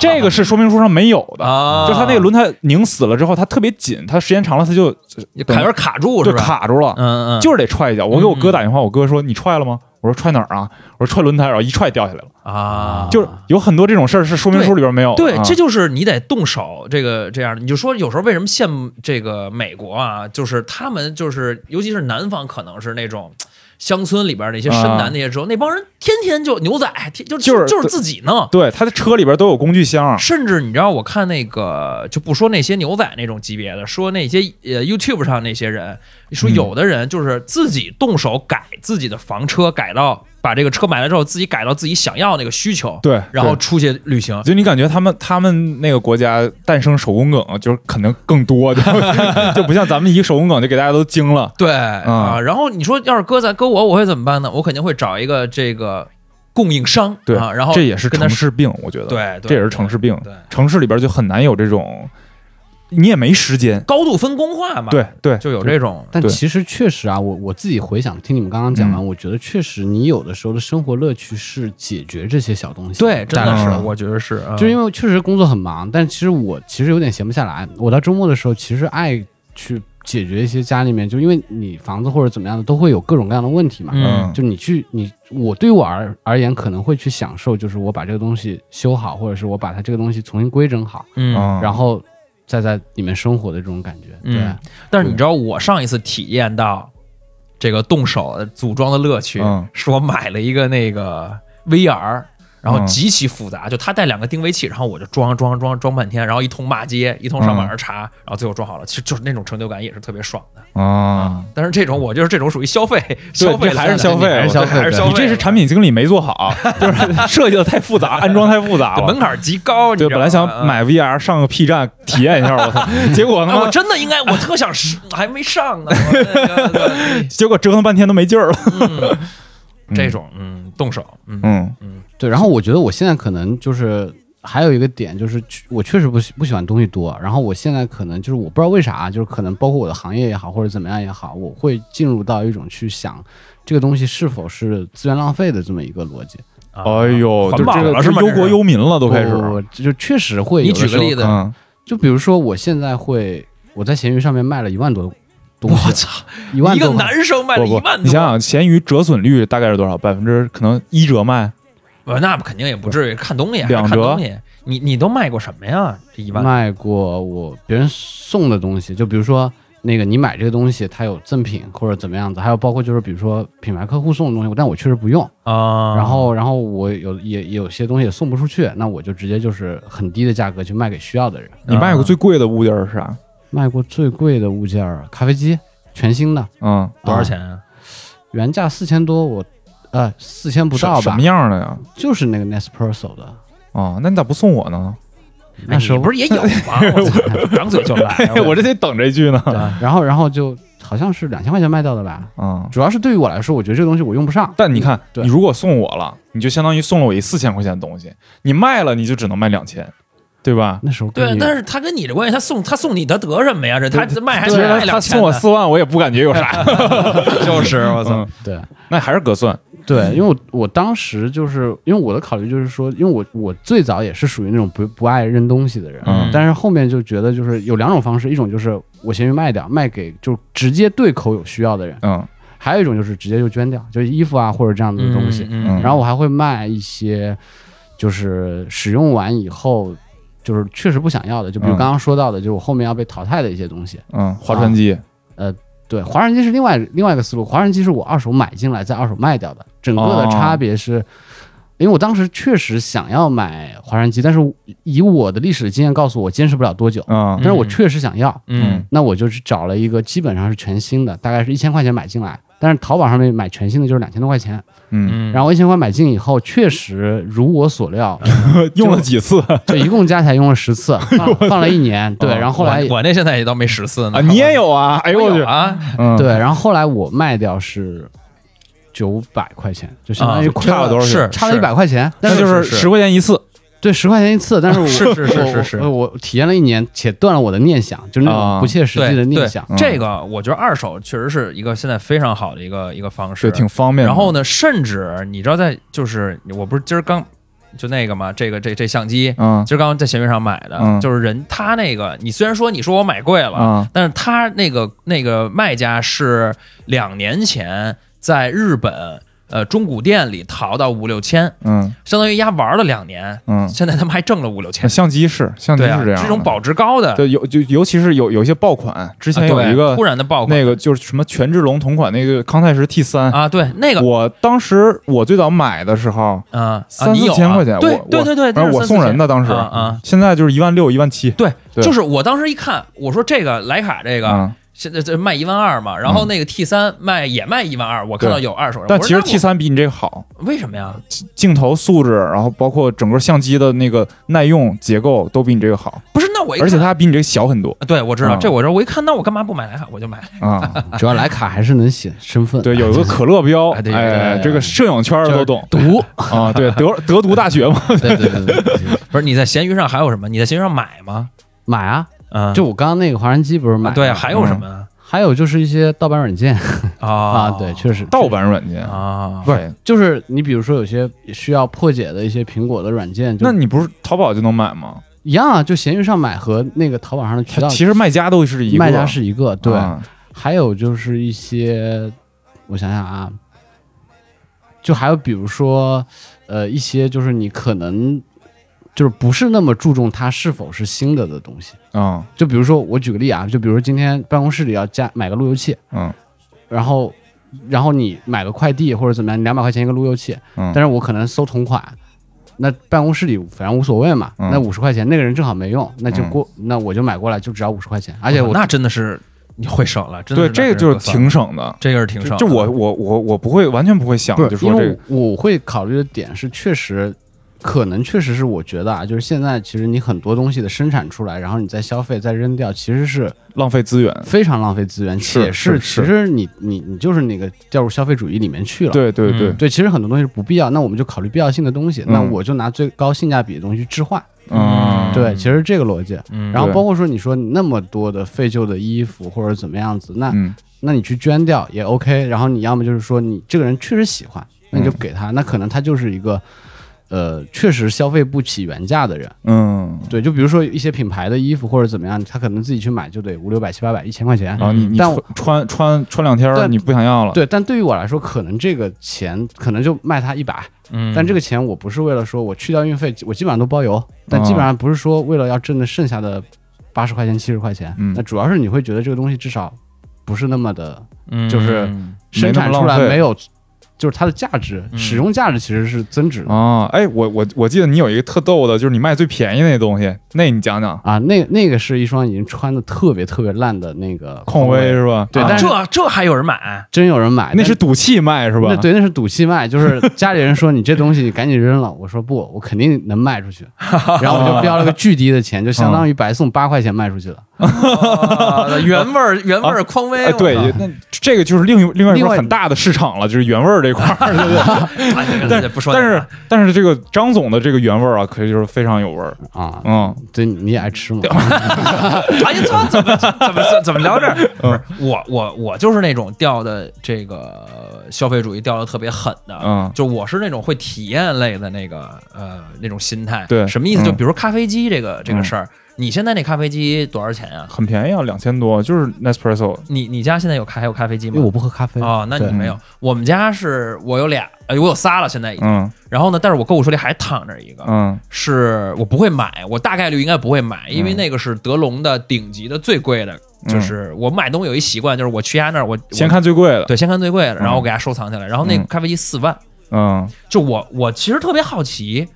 这个是说明书上没有的啊就它那个轮胎拧死了之后，它特别紧，它时间长了它就卡有点卡住就是吧？卡住了，嗯嗯，就是是得踹一脚。我给我哥打电话，我哥说你踹了吗？我说踹哪儿啊？我说踹轮胎，然后一踹掉下来了。啊，就是有很多这种事儿是说明书里边没有的。对，啊这就是你得动手，这个这样的，你就说有时候为什么羡慕这个美国啊，就是他们就是，尤其是南方，可能是那种乡村里边那些深啊南那些时候，那帮人天天就牛仔，天就就是就是自己弄。对，啊他的车里边都有工具箱。甚至你知道，我看那个就不说那些牛仔那种级别的，说那些呃 YouTube 上那些人，说嗯有的人就是自己动手改自己的房车，改到把这个车买了之后，自己改到自己想要那个需求，对然后对出去旅行，就你感觉他们他们那个国家诞生手工梗，就是可能更多， 就就不像咱们一个手工梗就给大家都惊了。对嗯啊，然后你说要是搁咱搁我，我会怎么办呢？我肯定会找一个这个供应商，对，啊，然后这也是跟他城市病，我觉得，对对这也是城市病对对。城市里边就很难有这种，你也没时间。高度分工化嘛，对，对，就有这种但对其实确实啊，我我自己回想，听你们刚刚讲完，嗯我觉得确实你有的时候的生活乐趣是解决这些小东西。对，真的带来是嗯，我觉得是，啊就为因为确实工作很忙，但其实我其实有点闲不下来。我到周末的时候，其实爱去解决一些家里面，就因为你房子或者怎么样的，都会有各种各样的问题嘛。嗯就你去你我对我而而言，可能会去享受，就是我把这个东西修好，或者是我把它这个东西重新规整好，嗯，嗯，然后再在里面生活的这种感觉。嗯对，但是你知道我上一次体验到这个动手组装的乐趣嗯，是我买了一个那个 VR。然后嗯极其复杂，就它带两个定位器，然后我就装装装装半天，然后一通骂街，一通嗯上网上查，然后最后装好了，其实就是那种成就感也是特别爽的。啊，但是这种我就是这种属于消费，对消费这还是类的消费，还是消费，还是消费。你这是产品经理没做 好，就是设计的太复杂，安装太复杂对了门。槛极高，你啊对，知本道吗嗯来想。买 VR 上个 P 站体验一下， 我操，结果他啊，我妈真的应 该，我特想试，还没上呢。我那个结果折腾半天都没劲儿了。嗯这种，嗯，动手，嗯嗯对，然后我觉得我现在可能就是还有一个点，就是去我确实不喜不喜欢东西多。然后我现在可能就是我不知道为啥，就是可能包括我的行业也好，或者怎么样也好，我会进入到一种去想这个东西是否是资源浪费的这么一个逻辑。啊哎呦，就环保这了个是哦就吗？忧国忧民了，都开始。啊我我就确实会。你举个例子，子，嗯，就比如说我现在会我在闲鱼上面卖了一万多东我西，操，一万一个多块。男生卖了一啊不不，万你想多，想，闲鱼折损率大概是多少？百分之可能一折卖，呃那肯定也不至于看东西啊，两看折东西。你你都卖过什么呀？这一万多卖过我别人送的东西，就比如说那个你买这个东西，它有赠品或者怎么样子，还有包括就是比如说品牌客户送的东西，但我确实不用。啊？然后，然后我有也也有些东西也送不出去，那我就直接就是很低的价格去卖给需要的人。嗯你卖过最贵的物件儿是啥？卖过最贵的物件儿，咖啡机，全新的，嗯，多少啊钱啊？原价四千多，我呃四千不什到什吧么，样的呀？就是那个 Nespresso 的。啊，那你咋不送我呢？，哎那时你候不是也有吗？我操张嘴就来 我这得等这句呢。对然后然后就好像是两千块钱卖掉的吧。嗯，主要是对于我来说，我觉得这个东西我用不上。但你嗯看，对你如果送我了，你就相当于送了我一四千块钱的东西，你卖了你就只能卖两千，对吧？那时候对，但是是他跟你的关系，他送他送你他得什么呀？这他卖还虽然卖他两千送我四万，我也不感觉有啥。 就是我嗯，对那还是隔算。嗯对，因为我我当时就是因为我的考虑就是说，因为我我最早也是属于那种不不爱扔东西的人，嗯但是后面就觉得就是有两种方式，一种就是我闲鱼卖掉，卖给就直接对口有需要的人，嗯还有一种就是直接就捐掉，就是衣服啊或者这样的东西。嗯嗯然后我还会卖一些。就是使用完以后，就是确实不想要的，就比如嗯刚刚说到的，就是我后面要被淘汰的一些东西。嗯，啊划船机，对，华人机是另外另外一个思路，华人机是我二手买进来再二手卖掉的，整个的哦差别是，因为我当时确实想要买华人机，但是以我的历史经验告诉我，坚持不了多久，嗯但是我确实想要，嗯那我就去找了一个基本上是全新的，大概是一千块钱买进来，但是淘宝上面买全新的就是两千多块钱，嗯，嗯，然后一千块买进以后，确实如我 所料，用了几次啊？就一共加起来用了十次，放放了一年，对，哦然后后来我我那现在也倒没十次呢，你也有啊？哎呦我我有去，啊，嗯，对，然后后来我卖掉是九百块钱，就相当于啊亏差了多少是钱差了一百，块钱，但那是就是是十块钱一次，对十块钱一次，但是我是是是我是是我我体验了一年，且断了我的念想，就是那种啊不切实对际的对念想。嗯这个我觉得二手确实是一个现在非常好的一个一个方式，是挺方便的。然后呢，甚至你知道在，就是我不是今儿刚就那个嘛，这个这这相机，嗯，今儿刚在闲鱼上买的，嗯就是人他那个，你虽然说你说我买贵了，嗯但是他那个那个卖家是两年前在日本呃中古店里淘到五六千，嗯相当于丫玩了两年，嗯，现在他们还挣了五六那千，相机是相机对是啊，这样的，这种保值高的，对有就尤其是有有一些爆款，之前啊有对一个突然的爆款那个就是什么权志龙同款那个康泰时 T 三，啊，对那个我当时我最早买的时候啊，啊三你四有啊千块钱，对我对对对，反正我送人的当时啊啊，现在就是一万六一万七，对，对就是我当时一看，我说这个徕卡这个、啊嗯现在这卖一万二嘛，然后那个 T 三卖也卖一万二，我看到对有二手，但我说其实那 T 三比你这个好，我为什么呀？镜头素质，然后包括整个相机的那个耐用结构都比你这个好，不是，那我一看而且它比你这个小很多对我知道、嗯这我知道，我一看那我干嘛不买徕卡？我就买， 啊。主要徕卡还是能写身份，对，有一个可乐 标，哎对哎，对这个摄影圈儿都懂毒， 啊。对，德德读大学 嘛，对对对对 对，不是你在闲鱼上还有什么？你在闲鱼上买吗？买啊！嗯，就我刚刚那个华人机不是买啊的对，吗还嗯有什么呀还有就是一些盗版软件啊啊，对，确实盗版软件，啊，不是？就是你比如说有些需要破解的一些苹果的软件，就那你不是淘宝就能买吗？一样啊，就闲鱼上买和那个淘宝上的渠它道，其实卖家都是一个卖家是一个，对，啊还有就是一些，我想想啊，就还有比如说，呃，一些就是你可能就是不是那么注重它是否是新的的东西。嗯就比如说我举个例啊，就比如说今天办公室里要加买个路由器，嗯然后然后你买个快递或者怎么样，两百块钱一个路由器，嗯但是我可能搜同款。那办公室里反正无所谓嘛，嗯那五十块钱那个人正好没用，那就过，那我就买过来，就只要五十块钱，而哦且我那真的是你会省了，真的对，是这那个就是可算了挺省的。这个是挺省就的，就我我我我不会完全不会想，不就是说因这为个我会考虑的点是，确实可能确实是我觉得啊，就是现在其实你很多东西的生产出来，然后你再消费再扔掉，其实是浪费资源。非常浪费资源，是且是是其是实你你你就是那个掉入消费主义里面去了。对对对嗯，对，其实很多东西是不必要，那我们就考虑必要性的东西，那嗯我就拿最高性价比的东西去置换。嗯，对，其实这个逻辑。嗯然后对包括说你说你那么多的废旧的衣服或者怎么样子，那嗯那你去捐掉也 OK。然后你要么就是说你这个人确实喜欢，那你就嗯给他，那可能他就是一个呃确实消费不起原价的人。嗯，对，就比如说一些品牌的衣服或者怎么样，他可能自己去买就得五六百、七八百、一千块钱。然后你你嗯但穿我穿穿穿两天儿但你不想要了，对，但对于我来说，可能这个钱可能就卖他一百，嗯，但这个钱我不是为了说我去掉运费，我基本上都包嗯邮，但基本上不是说为了要挣的剩下的八十块钱、七十块钱，嗯那主要是你会觉得这个东西至少不是那么的嗯就是生产没那出么浪来费没有，就是它的价值、嗯使用价值其实是增值的啊，哎，我我我记得你有一个特逗的，就是你卖最便宜那东西，那你讲讲，啊。那那个是一双已经穿的特别特别烂的那个匡威威，是吧？对啊但是这这还有人买，啊真有人买，那但是赌气卖是吧？那对，那是赌气卖，就是家里人说你这东西你赶紧扔了，我说不，我肯定能卖 出去，然后我就标了个巨低的钱，就相嗯当于白送八块钱卖出去了。 啊原味儿原味儿匡威，哎，对，那这个就是另另外一另块外很大的市场了，就是原味儿这块 儿。但但是是哎不说那但个了，是但是这个张总的这个原味儿啊，可以就是非常有味儿，啊，嗯对，你也爱吃嘛？哎呀，这怎么怎么怎么聊这儿？嗯不是我我我就是那种掉的这个消费主义掉的特别狠的，嗯就我是那种会体验类的那个呃那种心态。对什么意思？嗯就比如咖啡机这个这个事儿，你现在那咖啡机多少钱呀、很便宜啊，两千多，就是 Nespresso，你你家现在有咖还有咖啡机因哎吗？为我不喝咖啡啊哦，那你对没有。我们家是我有俩，哎，我有仨了，现在已经。嗯然后呢，但是我购物车里还躺着一个，嗯是我不会买，我大概率应该不会买，因为那个是德龙的顶级的最贵的。就是我买东西有一习惯，就是我去他那儿，我嗯先，看最贵我的，对，先看最贵的，然嗯后我给它收藏起来。然后那个嗯咖啡机四万，嗯就我我其实特别好奇。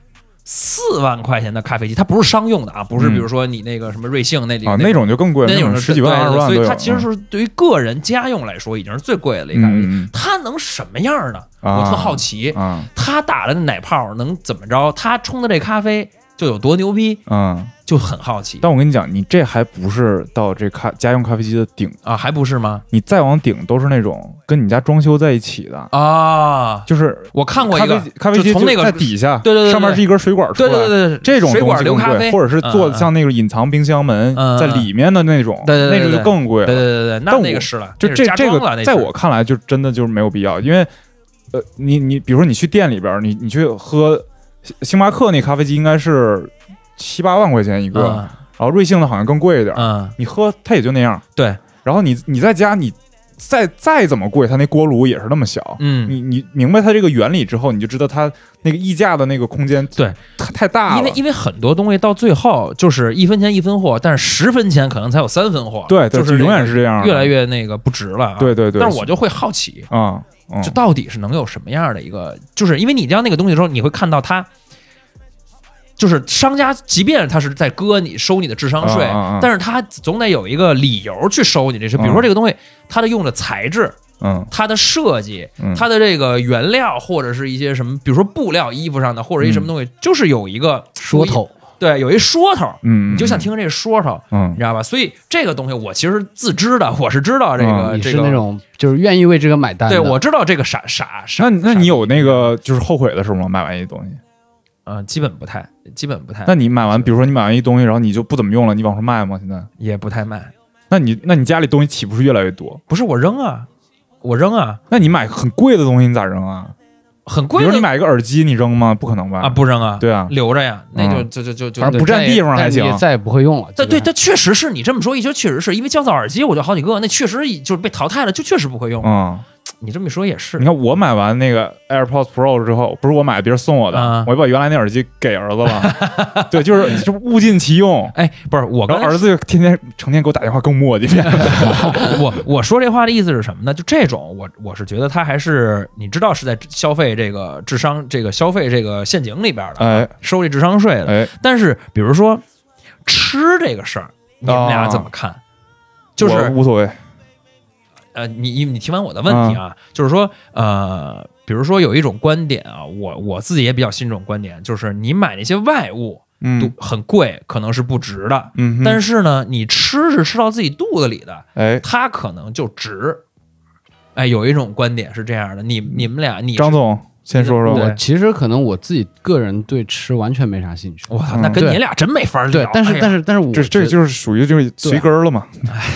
四万块钱的咖啡机，它不是商用的啊，不是嗯比如说你那个什么瑞幸那里啊，那那种就更贵，那种种是十几万、对二十万所都有。以它其实嗯是对于个人家用来说已经是最贵的一个咖啡机。嗯嗯它能什么样呢？啊我特好奇，嗯他打了那奶泡能怎么着？他冲的这咖啡就有多牛逼，嗯，就很好奇但我跟你讲，你这还不是到这咖家用咖啡机的顶，啊，还不是吗？你再往顶都是那种跟你家装修在一起的，啊，就是我看过一个咖啡机咖啡机就从就那个在底下，对对对对上面是一根水管出对来，对对对，这种水东管西流更咖贵，啡，或者是做嗯嗯像那个隐藏冰箱门嗯嗯在里面的那种，对对对那对种对就更贵。对对对对，那但那我个是了，就那这是加这装了，那个，是在我看来就真的就是没有必要，因为呃，你你比如说你去店里边儿，你你去喝星星巴克那咖啡机应该是七八万块钱一个，嗯然后瑞幸的好像更贵一点儿，嗯，你喝它也就那样。对，然后你你在家你再再怎么贵，它那锅炉也是那么小。嗯。你你明白它这个原理之后，你就知道它那个溢价的那个空间对太太大了，因为因为很多东西到最后就是一分钱一分货，但是十分钱可能才有三分货，对对，就是永远是是这样的，越来越那个不值了、啊。对对对但是我就会好奇，啊，嗯就到底是能有什么样的一个，就是因为你知道那个东西的时候，你会看到它，就是商家，即便他是在割你收你的智商税，嗯啊啊啊但是他总得有一个理由去收你这些，比如说嗯这个东西它的用的材质、嗯它的设计、嗯它的这个原料或者是一些什么，比如说布料、衣服上的或者一什么东西，就是有一个嗯说，头，对，有一说头，嗯，你就想嗯听这个说头。嗯你知道吧？所以这个东西我其实自知的，我是知道这个、嗯你这是个那种就是愿意为这个买单的。对，我知道这个傻傻傻。那你那傻你有那个就是后悔的时候吗？买完一东西，呃，基本不太，基本不太，那你买完，比如说你买完一东西，然后你就不怎么用了，你往出卖吗？现在？也不太卖。那你那你家里东西岂不是越来越多？不是我扔啊，我扔啊，那你买很贵的东西你咋扔啊？很比贵如你的买一个耳机，你扔吗？不可能吧？啊，不扔啊，对啊，留着呀，那就嗯就就就就反正不就。占地方还行但你也再也不会用了。但对，基本上但确实是你这么说，一说确实是因为降噪耳机，我就好几个，那确实已就是被淘汰了，就确实不会用。嗯，你这么一说也是你，看我买完那个 AirPods Pro 之后，不是我买，别人送我的，啊我就把原来那耳机给儿子了。 对，就是就物尽其用。哎，不是我然刚后 才儿子就天天成天给我打电话，更磨叽 遍。我我说这话的意思是什么呢？就这种，我我是觉得他还是你知道是在消费这个智商这个消费这个陷阱里边的，哎收这智商税的。哎，但是比如说吃这个事儿，你们俩怎么看？就哦我是无所谓。呃，你你你听完我的问题嗯啊，就是说呃，比如说有一种观点啊，我我自己也比较信这种观点，就是你买那些外物都嗯很贵，可能是不值的，嗯哼，但是呢，你吃是吃到自己肚子里的，哎，它可能就值。哎，有一种观点是这样的，你你们俩，你张，总先说说对吧。我其实可能我自己个人对吃完全没啥兴趣。我操，那嗯跟对你俩真没法聊。对，但是、哎呀但是但是我这这个觉就得是属于就是随根儿了嘛。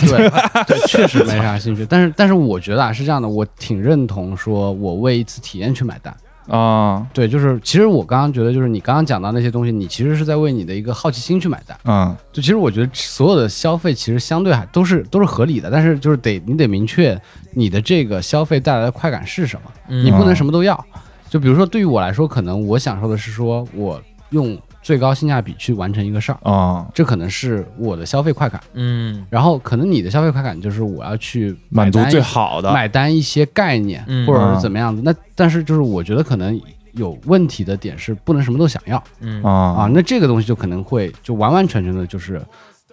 对对，确实没啥兴趣。但是但是我觉得啊是这样的，我挺认同说我为一次体验去买单。啊对，就是其实我刚刚觉得，就是你刚刚讲到那些东西，你其实是在为你的一个好奇心去买单。嗯就其实我觉得所有的消费其实相对还都是都是合理的，但是就是得你得明确你的这个消费带来的快感是什么，嗯你不啊能什么都要。就比如说对于我来说，可能我享受的是说我用最高性价比去完成一个事儿，啊，这可能是我的消费快感。嗯然后可能你的消费快感就是我要去买满足单最好的。啊买单一些概念，嗯或者是怎么样的。那但是就是我觉得可能有问题的点是不能什么都想要嗯啊啊，那这个东西就可能会就完完全全的就是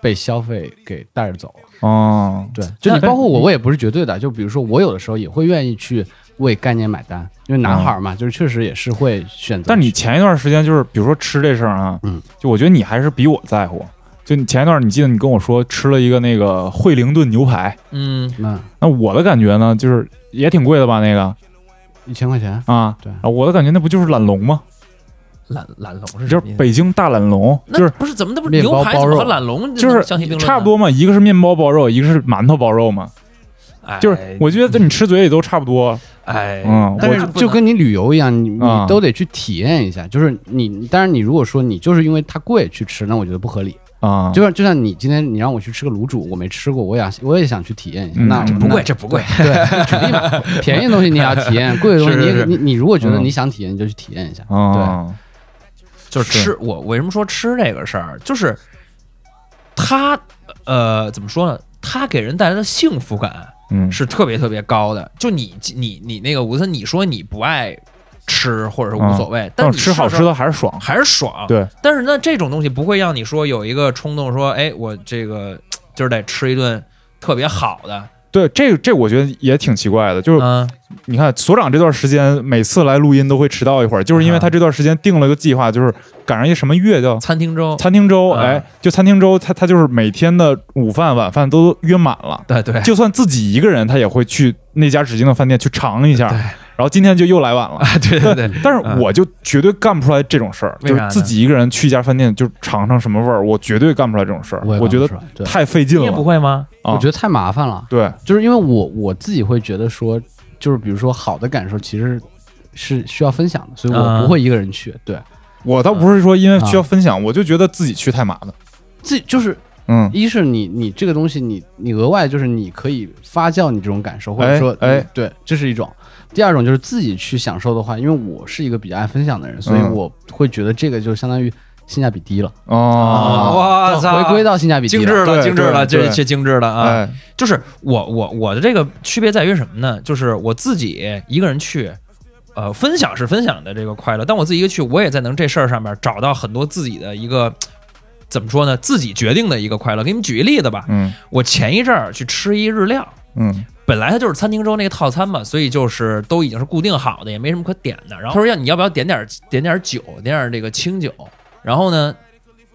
被消费给带着走了。啊对，就你包括我，我也不是绝对的。就比如说我有的时候也会愿意去为概念买单，因为男孩儿嘛，就是确实也是会选择去。但你前一段时间就是，比如说吃这事儿啊，嗯，就我觉得你还是比我在乎。就你前一段，你记得你跟我说吃了一个那个惠灵顿牛排，嗯，那那我的感觉呢，就是也挺贵的吧，那个一千块钱，啊，对啊，我的感觉那不就是懒龙吗？懒懒龙是什就么意是思北京大懒龙，那就是不是怎么那不是面牛包排包怎么和肉懒龙就是相提并论呢差不多嘛，一个是面包包肉，一个是馒头包肉嘛，哎就是我觉得你吃嘴里都差不多，哎，嗯但我是就跟你旅游一样，你你啊都得去体验一下。就是你，当然你如果说你就是因为它贵去吃，那我觉得不合理。啊，就像就像你今天你让我去吃个卤煮，我没吃过，我也想我也想去体验一下。嗯那这我不贵，那这不贵。 对，举例嘛，便宜的东西你也要体 验，贵的东西你是是你你如果觉得嗯你想体验，你就去体验一下。啊，就是是吃，我为什么说吃这个事儿，就是它呃怎么说呢？它给人带来的幸福感嗯，是特别特别高的。就你你你那个吴森，你说你不爱吃或者是无所谓，但但你嗯哦是吃好的吃时候的还是爽，还是爽。对，但是呢，这种东西不会让你说有一个冲动说，哎，我这个今儿得吃一顿特别好的。对，这这我觉得也挺奇怪的，就是嗯，你看所长这段时间每次来录音都会迟到一会儿，就是因为他这段时间定了个计划，就是赶上一什么月叫餐厅周，餐厅周，啊哎，就餐厅周，他他就是每天的午饭晚饭都约满了，对对，就算自己一个人，他也会去那家指定的饭店去尝一下，对然后今天就又来晚了。啊对 对对，但是我就绝对干不出来这种事儿，为就是啥呢自己一个人去一家饭店就尝尝什么味儿，我绝对干不出来这种事儿。也我觉得干不出来对太费劲你也不了。会吗？啊我觉得太麻烦了，对，就是因为我我自己会觉得说，就是比如说好的感受其实是需要分享的，所以我啊嗯不会一个人去。对，我倒不是说因为需要分享，我就觉得自己去太麻烦。自己就是嗯，一是你你这个东西你你额外就是你可以发酵你这种感受，或哎者说哎嗯对，这是一种。第二种就是自己去享受的话，因为我是一个比较爱分享的人，所以嗯我会觉得这个就相当于性价比低了。哦，哇就操啊回归到性价比低精了致对了，精致对了，对这这精致了啊！哎，就是我我我的这个区别在于什么呢？就是我自己一个人去，呃，分享是分享的这个快乐，但我自己一个去，我也在能这事儿上面找到很多自己的一个怎么说呢？自己决定的一个快乐。给你们举一例子吧，嗯我前一阵儿去吃一日料。嗯本来它就是餐厅周那个套餐嘛，所以就是都已经是固定好的，也没什么可点的。然后他说要你要不要点点点点酒，点点这个清酒。然后呢，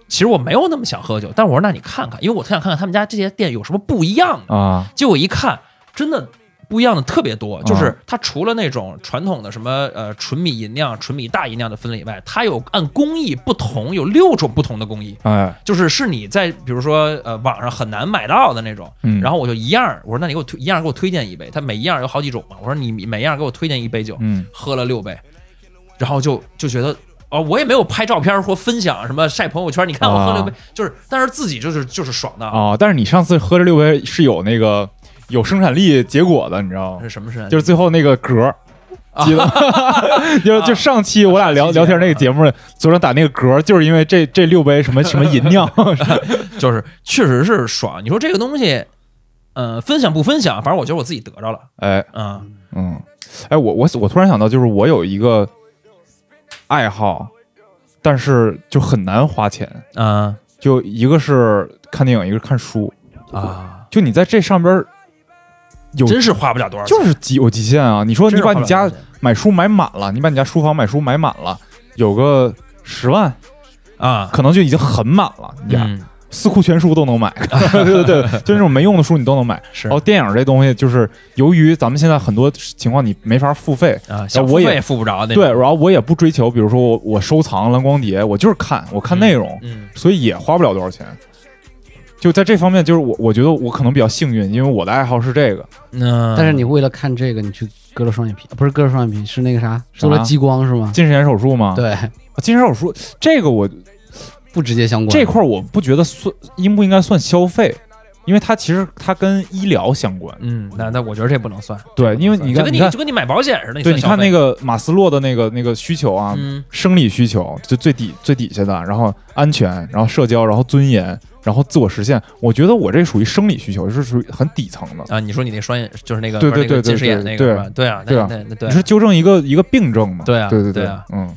其实我没有那么想喝酒，但是我说那你看看，因为我特想看看他们家这些店有什么不一样的。啊，结果一看，真的不一样的特别多。就是它除了那种传统的什么呃纯米吟酿、纯米大吟酿的分类以外，它有按工艺不同，有六种不同的工艺，哎，就是是你在比如说呃网上很难买到的那种。嗯，然后后我就一样儿，我说那你给我推一样儿给我推荐一杯，它每一样儿有好几种嘛。我说你每样儿给我推荐一杯酒，嗯喝了六杯，然后就就觉得。哦，我也没有拍照片或分享什么晒朋友圈，你看我喝六杯，就是，但是自己就是就是爽的，啊，但是你上次喝这六杯是有那个有生产力结果的，你知道吗啊是？什么事？就是最后那个嗝儿。记 得吗，就就啊上期我俩聊聊天那个节目，昨天打那个嗝儿，就是因为这这六杯什么什么饮 酿，就是确实是爽。你说这个东西，呃，分享不分享，反正我觉得我自己得着了，哎，嗯嗯，哎，我我我突然想到，就是我有一个爱好，但是就很难花钱。嗯就一个是看电影，一个是看书。啊，就你在这上边儿有，真是花不了多少钱。就是极有极限啊！你说真你是花把不了你多家少钱买书买满了，你把你家书房买书买满了，有个十万，啊，可能就已经很满了。你家、嗯，四库全书都能 买，对对对，就那种没用的书你都能买。是然后电影这东西，就是由于咱们现在很多情况你没法付费，啊，小我付费也也付不着那对，种，然后我也不追求，比如说我我收藏蓝光碟，我就是看，我看内容，嗯，所以也花不了多少钱。就在这方面，就是我我觉得我可能比较幸运，因为我的爱好是这个。那但是你为了看这个，你去割了双眼皮，不是割了双眼皮，是那个啥，啥做了激光是吗？近视眼手术嘛，对， 啊近视眼手术这个我不直接相关。这块儿我不觉得算应不应该算消费，因为它其实它跟医疗相关。嗯，那那我觉得这不能算，对，因为你就看跟你看就跟你买保险似的，对，你算消看那，费个马斯洛的那个那个需求啊，嗯，生理需求，就最底最底下的，然后安全，然后社交，然后尊严，然后自我实现。我觉得我这属于生理需求，是属于很底层的。啊，你说你那双眼就是那个对不是对那对对个近视眼对那个是对吧？对啊，对那啊那那你是对，纠正一个一个病症嘛？对啊对对对啊嗯，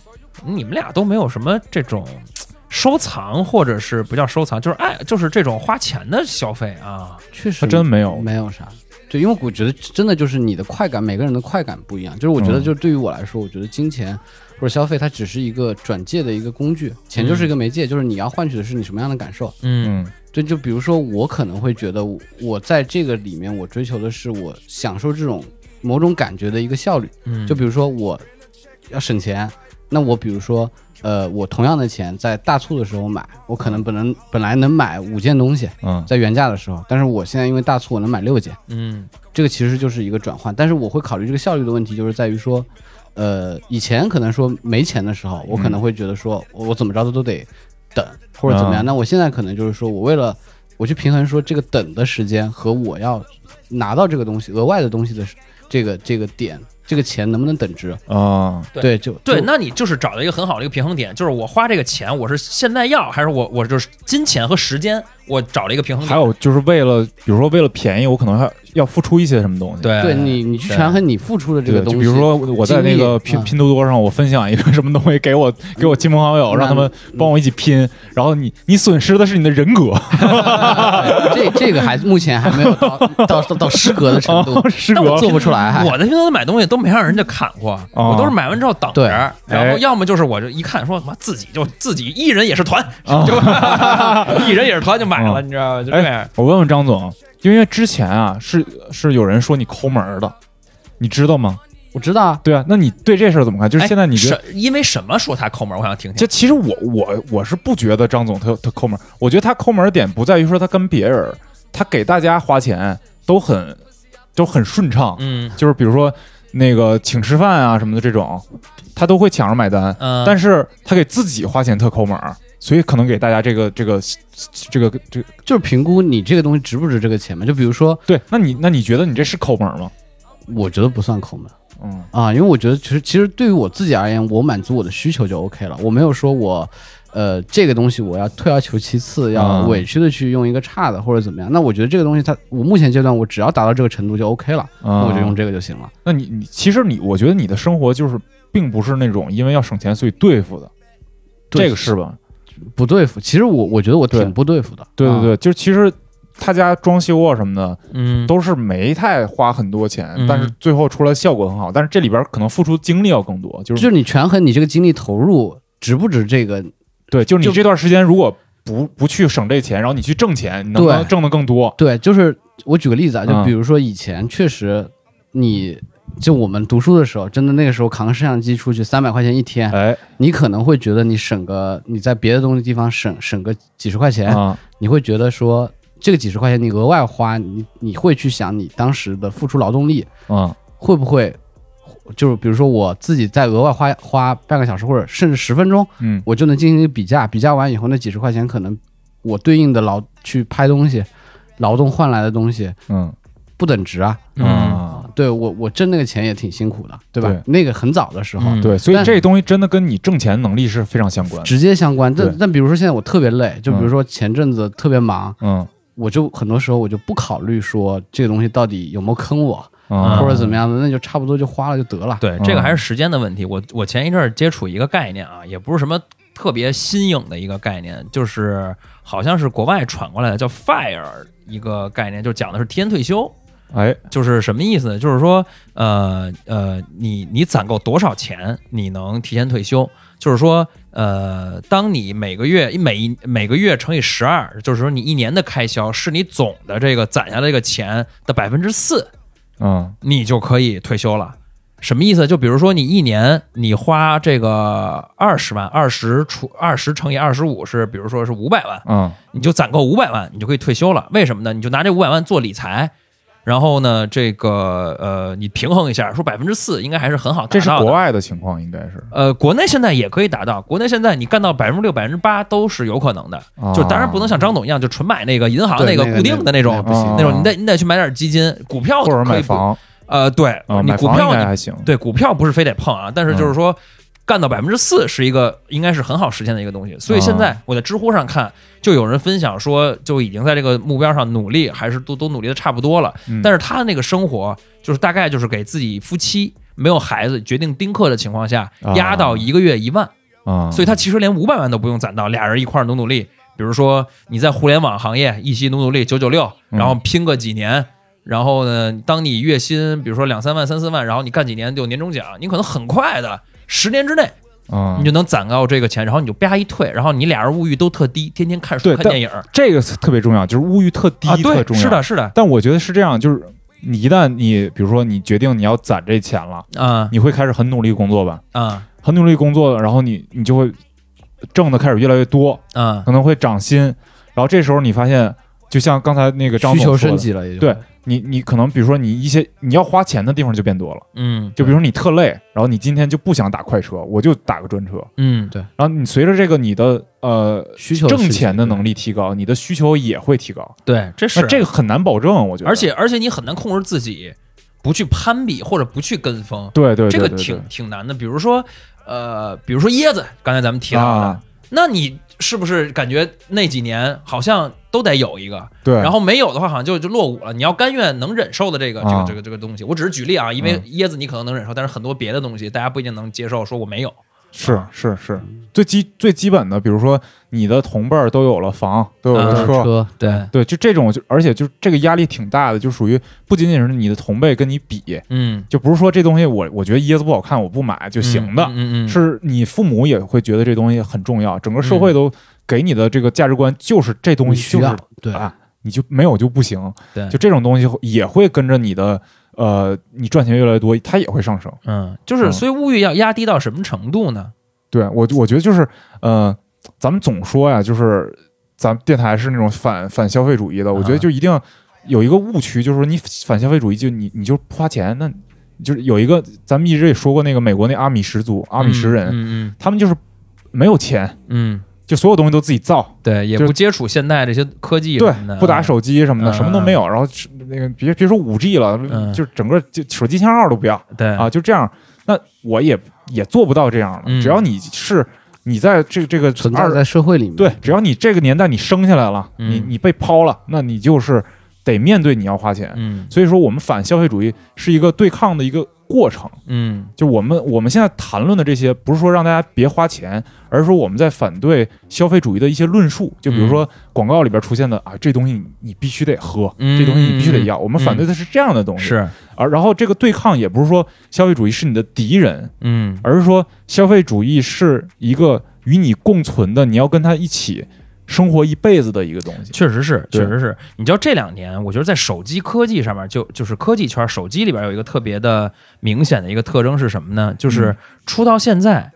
你们俩都没有什么这种。收藏或者是不叫收藏，就是爱，就是这种花钱的消费啊。确实他真没有没有啥。对，因为我觉得真的就是你的快感，每个人的快感不一样。就是我觉得，嗯就是对于我来说，我觉得金钱或者消费，它只是一个转介的一个工具，钱就是一个媒介，就是你要换取的是你什么样的感受。嗯嗯对，就比如说我可能会觉得我，我在这个里面，我追求的是我享受这种某种感觉的一个效率。嗯，就比如说我要省钱，那我比如说，呃，我同样的钱在大促的时候买，我可能本能本来能买五件东西，嗯在原价的时候，但是我现在因为大促我能买六件，嗯这个其实就是一个转换。但是我会考虑这个效率的问题，就是在于说，呃，以前可能说没钱的时候，我可能会觉得说，我我怎么着的都得等呃或者怎么样。嗯那我现在可能就是说我为了我去平衡说这个等的时间和我要拿到这个东西额外的东西的时这个这个点，这个钱能不能等值？啊，对对，就对，就那你就是找到一个很好的一个平衡点，就是我花这个钱，我是现在要，还是我我就是金钱和时间，我找了一个平衡还点。有就是为了，比如说为了便宜，我可能还要付出一些什么东西。对对你你去对权衡你付出的这对，个东就西，比如说我在那个精力拼嗯拼多多上，我分享一个什么东西给我给我亲朋好友，嗯让他们帮我一起拼，然后你你损失的是你的人格，对这这个还目前还没有到到到到失格的程哦度，是我格做不出来还。我在拼多多买东西都没让人家砍过，哦我都是买完之后等对着，然后哎要么就是我就一看说，妈自己就自己一人也是团，啊就一人也是团就 买了，嗯你知道吗？就这样哎。，我问问张总，因为之前啊是是有人说你抠门儿的，你知道吗？我知道啊，对啊，那你对这事儿怎么看？哎就是现在你觉得哎什因为什么说他抠门？我想听听。这其实我我我是不觉得张总他他抠门儿，我觉得他抠门儿点不在于说他跟别人儿，他给大家花钱都很都很顺畅，嗯就是比如说那个请吃饭啊什么的这种，他都会抢着买单，嗯，但是是他给自己花钱特抠门儿，所以可能给大家这个这个这个这个就是评估你这个东西值不值这个钱嘛。就比如说，对，那你那你觉得你这是抠门儿吗？我觉得不算抠门嗯啊，因为我觉得其实其实对于我自己而言，我满足我的需求就 OK 了，我没有说我。呃，这个东西我要退而求其次，要嗯委屈的去用一个差的或者怎么样。那我觉得这个东西它，我目前阶段我只要达到这个程度就 OK 了，那啊，我就用这个就行了。那你你其实你我觉得你的生活就是并不是那种因为要省钱所以对付的，对啊这个是吧？不对付，其实我我觉得我对挺不对付的。对对啊对，就是其实他家装修啊什么的嗯都是没太花很多钱，嗯但是最后出来效果很好。但是这里边可能付出精力要更多，就就是是你权衡你这个精力投入值不值这个，对，就是就你这段时间如果不不去省这钱，然后你去挣钱，你能不能对挣得更多？对，就是我举个例子啊，就嗯比如说以前确实你。就我们读书的时候，真的那个时候扛个摄像机出去三百块钱一天，哎你可能会觉得你省个你在别的东西地方省省个几十块钱，哎啊，你会觉得说这个几十块钱你额外花，你你会去想你当时的付出劳动力嗯会不会，就是比如说我自己再额外花花半个小时或者甚至十分钟，嗯我就能进行一个比价，比价完以后那几十块钱可能我对应的劳去拍东西，劳动换来的东西嗯不等值啊，嗯啊，对我我挣那个钱也挺辛苦的，对吧？对那个很早的时候。嗯对，所以但这东西真的跟你挣钱能力是非常相关的。直接相关，但对但比如说现在我特别累，就比嗯如说前阵子特别忙，嗯我就很多时候我就不考虑说这个东西到底有没有坑我，啊，嗯或者怎么样的，那就差不多就花了就得了。对，哦这个还是时间的问题。我我前一阵儿接触一个概念啊，也不是什么特别新颖的一个概念，就是好像是国外传过来的，叫 “fire” 一个概念，就讲的是提前退休。哎就是什么意思呢？就是说，呃呃，你你攒够多少钱，你能提前退休？就是说，呃，当你每个月每一每个月乘以十二，就是说你一年的开销是你总的这个攒下的这个钱的百分之四，嗯你就可以退休了。什么意思？就比如说你一年你花这个二十万，二十除二十乘以二十五是，比如说是五百万，嗯你就攒够五百万，你就可以退休了。为什么呢？你就拿这五百万做理财，然后呢，这个呃，你平衡一下，说百分之四应该还是很好达这是到的。国外的情况，应该是呃，国内现在也可以达到，国内现在你干到百分之六、百分之八都是有可能的，啊就当然不能像张总一样，就纯买那个银行对那个那个固定的那种那个啊不行那种，你得你得去买点基金、股票或者可买以不，房呃，对，啊，你买股房应票该你还行。对股票不是非得碰啊，但是嗯就是说，干到百分之四是一个应该是很好实现的一个东西。所以现啊在我在知乎上看，就有人分享说，就已经在这个目标上努力，还是都都努力的差不多了。嗯但是他的那个生活，就是大概就是给自己夫妻。没有孩子，决定丁克的情况下，啊压到一个月一万，啊，所以他其实连五百万都不用攒到，俩人一块儿努努力。比如说你在互联网行业一起努努力，九九六，嗯然后拼个几年，然后呢，当你月薪比如说两三万、三四万，然后你干几年就有年终奖，你可能很快的十年之内啊你就能攒到这个钱，然后你就啪一退，然后你俩人物欲都特低，天天看书对看但电影儿这个特别重要，就是物欲特低，啊，特对，重要。是的，，是的，但我觉得是这样，就是你一旦你比如说你决定你要攒这钱了，啊你会开始很努力工作吧，啊很努力工作，然后你你就会挣的开始越来越多，啊可能会涨薪，然后这时候你发现，就像刚才那个张需总求说升的，级了，也就对你你可能比如说你一些你要花钱的地方就变多了，嗯就比如说你特累，然后你今天就不想打快车，我就打个专车，嗯然后你随着这个你的呃需求嗯挣是钱的对能力提高，你的需求也会提高。对，这是那这个很难保证，我觉得。而且而且你很难控制自己不去攀比或者不去跟风，对，对对对这个对挺挺难的。比如说，呃，比如说椰子，刚才咱们提到的，啊那你是不是感觉那几年好像都得有一个？对，然后没有的话，好像就就落伍了。你要甘愿能忍受的这个这个啊这个这个东西，我只是举例啊，因为嗯椰子你可能能忍受，但是很多别的东西大家不一定能接受。说我没有，是是是最基最基本的，比如说你的同辈儿都有了房，都有嗯了车，车对，对，就这种，就而且就这个压力挺大的，就属于不仅仅是你的同辈跟你比，嗯，就不是说这东西我我觉得椰子不好看我不买就就行的，嗯嗯，嗯是你父母也会觉得这东西很重要，整个社会嗯都给你的这个价值观就是这东你西需就是要对啊，你就没有就不行，对就这种东西也会跟着你的呃，你赚钱越来越多，它也会上升。嗯，就是嗯所以物欲要压低到什么程度呢？对我，我觉得就是，呃，咱们总说呀，就是咱们电台是那种反反消费主义的，我觉啊得就一定有一个误区，就是说你反消费主义就你你就不花钱，那就是有一个咱们一直也说过那个美国那阿米什族、阿米什人，嗯他们就是没有钱，嗯嗯，就所有东西都自己造，对，也就不接触现代这些科技对什么的，不打手机什么的，嗯什么都没有，然后是那个别别说五 G 了，嗯就整个就手机信号都不要。对啊，就这样，那我也也做不到这样了。嗯只要你是你在这个这个存在二在社会里面，对，只要你这个年代你生下来了，嗯你你被抛了，那你就是得面对你要花钱。嗯所以说，我们反消费主义是一个对抗的一个过程。嗯就我们我们现在谈论的这些，不是说让大家别花钱，而是说我们在反对消费主义的一些论述。就比如说广告里边出现的啊，这东西你你必须得喝，嗯这东西你必须得嗯要。我们反对的是这样的东西。是而然后这个对抗也不是说消费主义是你的敌人，嗯而是说消费主义是一个与你共存的，你要跟他一起生活一辈子的一个东西。确实是，对确实是。你知道这两年，我觉得在手机科技上面，就就是科技圈手机里边有一个特别的明显的一个特征是什么呢？嗯就是出到现在，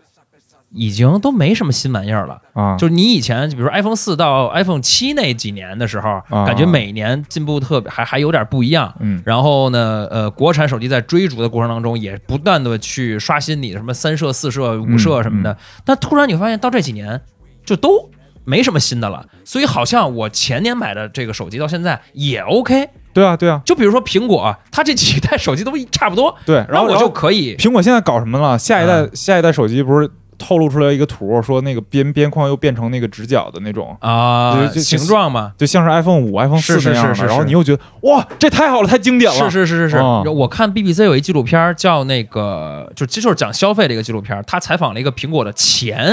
已经都没什么新玩意儿了。啊，就是你以前，比如说 iPhone 四到 iPhone 七那几年的时候，啊感觉每年进步特别，还还有点不一样。嗯然后呢，呃，国产手机在追逐的过程当中，也不断的去刷新你的什么三摄、四摄、五摄什么嗯的。但突然你会发现，到这几年就都没什么新的了。所以好像我前年买的这个手机到现在也 OK。对啊对啊就比如说苹果，它这几代手机都差不多，对，然然后嗯后我然就后可以苹果现在搞什么了？下一代、下一代手机不是透露出来一个图，说那个边边框又变成那个直角的那种。啊、就就就形状嘛。就像是 iPhone 五、iPhone 是四是那样的，是是然后是你又觉得哇，这太好了，太经典了。 是是是是是，嗯我看 BBC 有一纪录片儿叫那个，就这就是讲消费的一个纪录片儿，他采访了一个苹果的前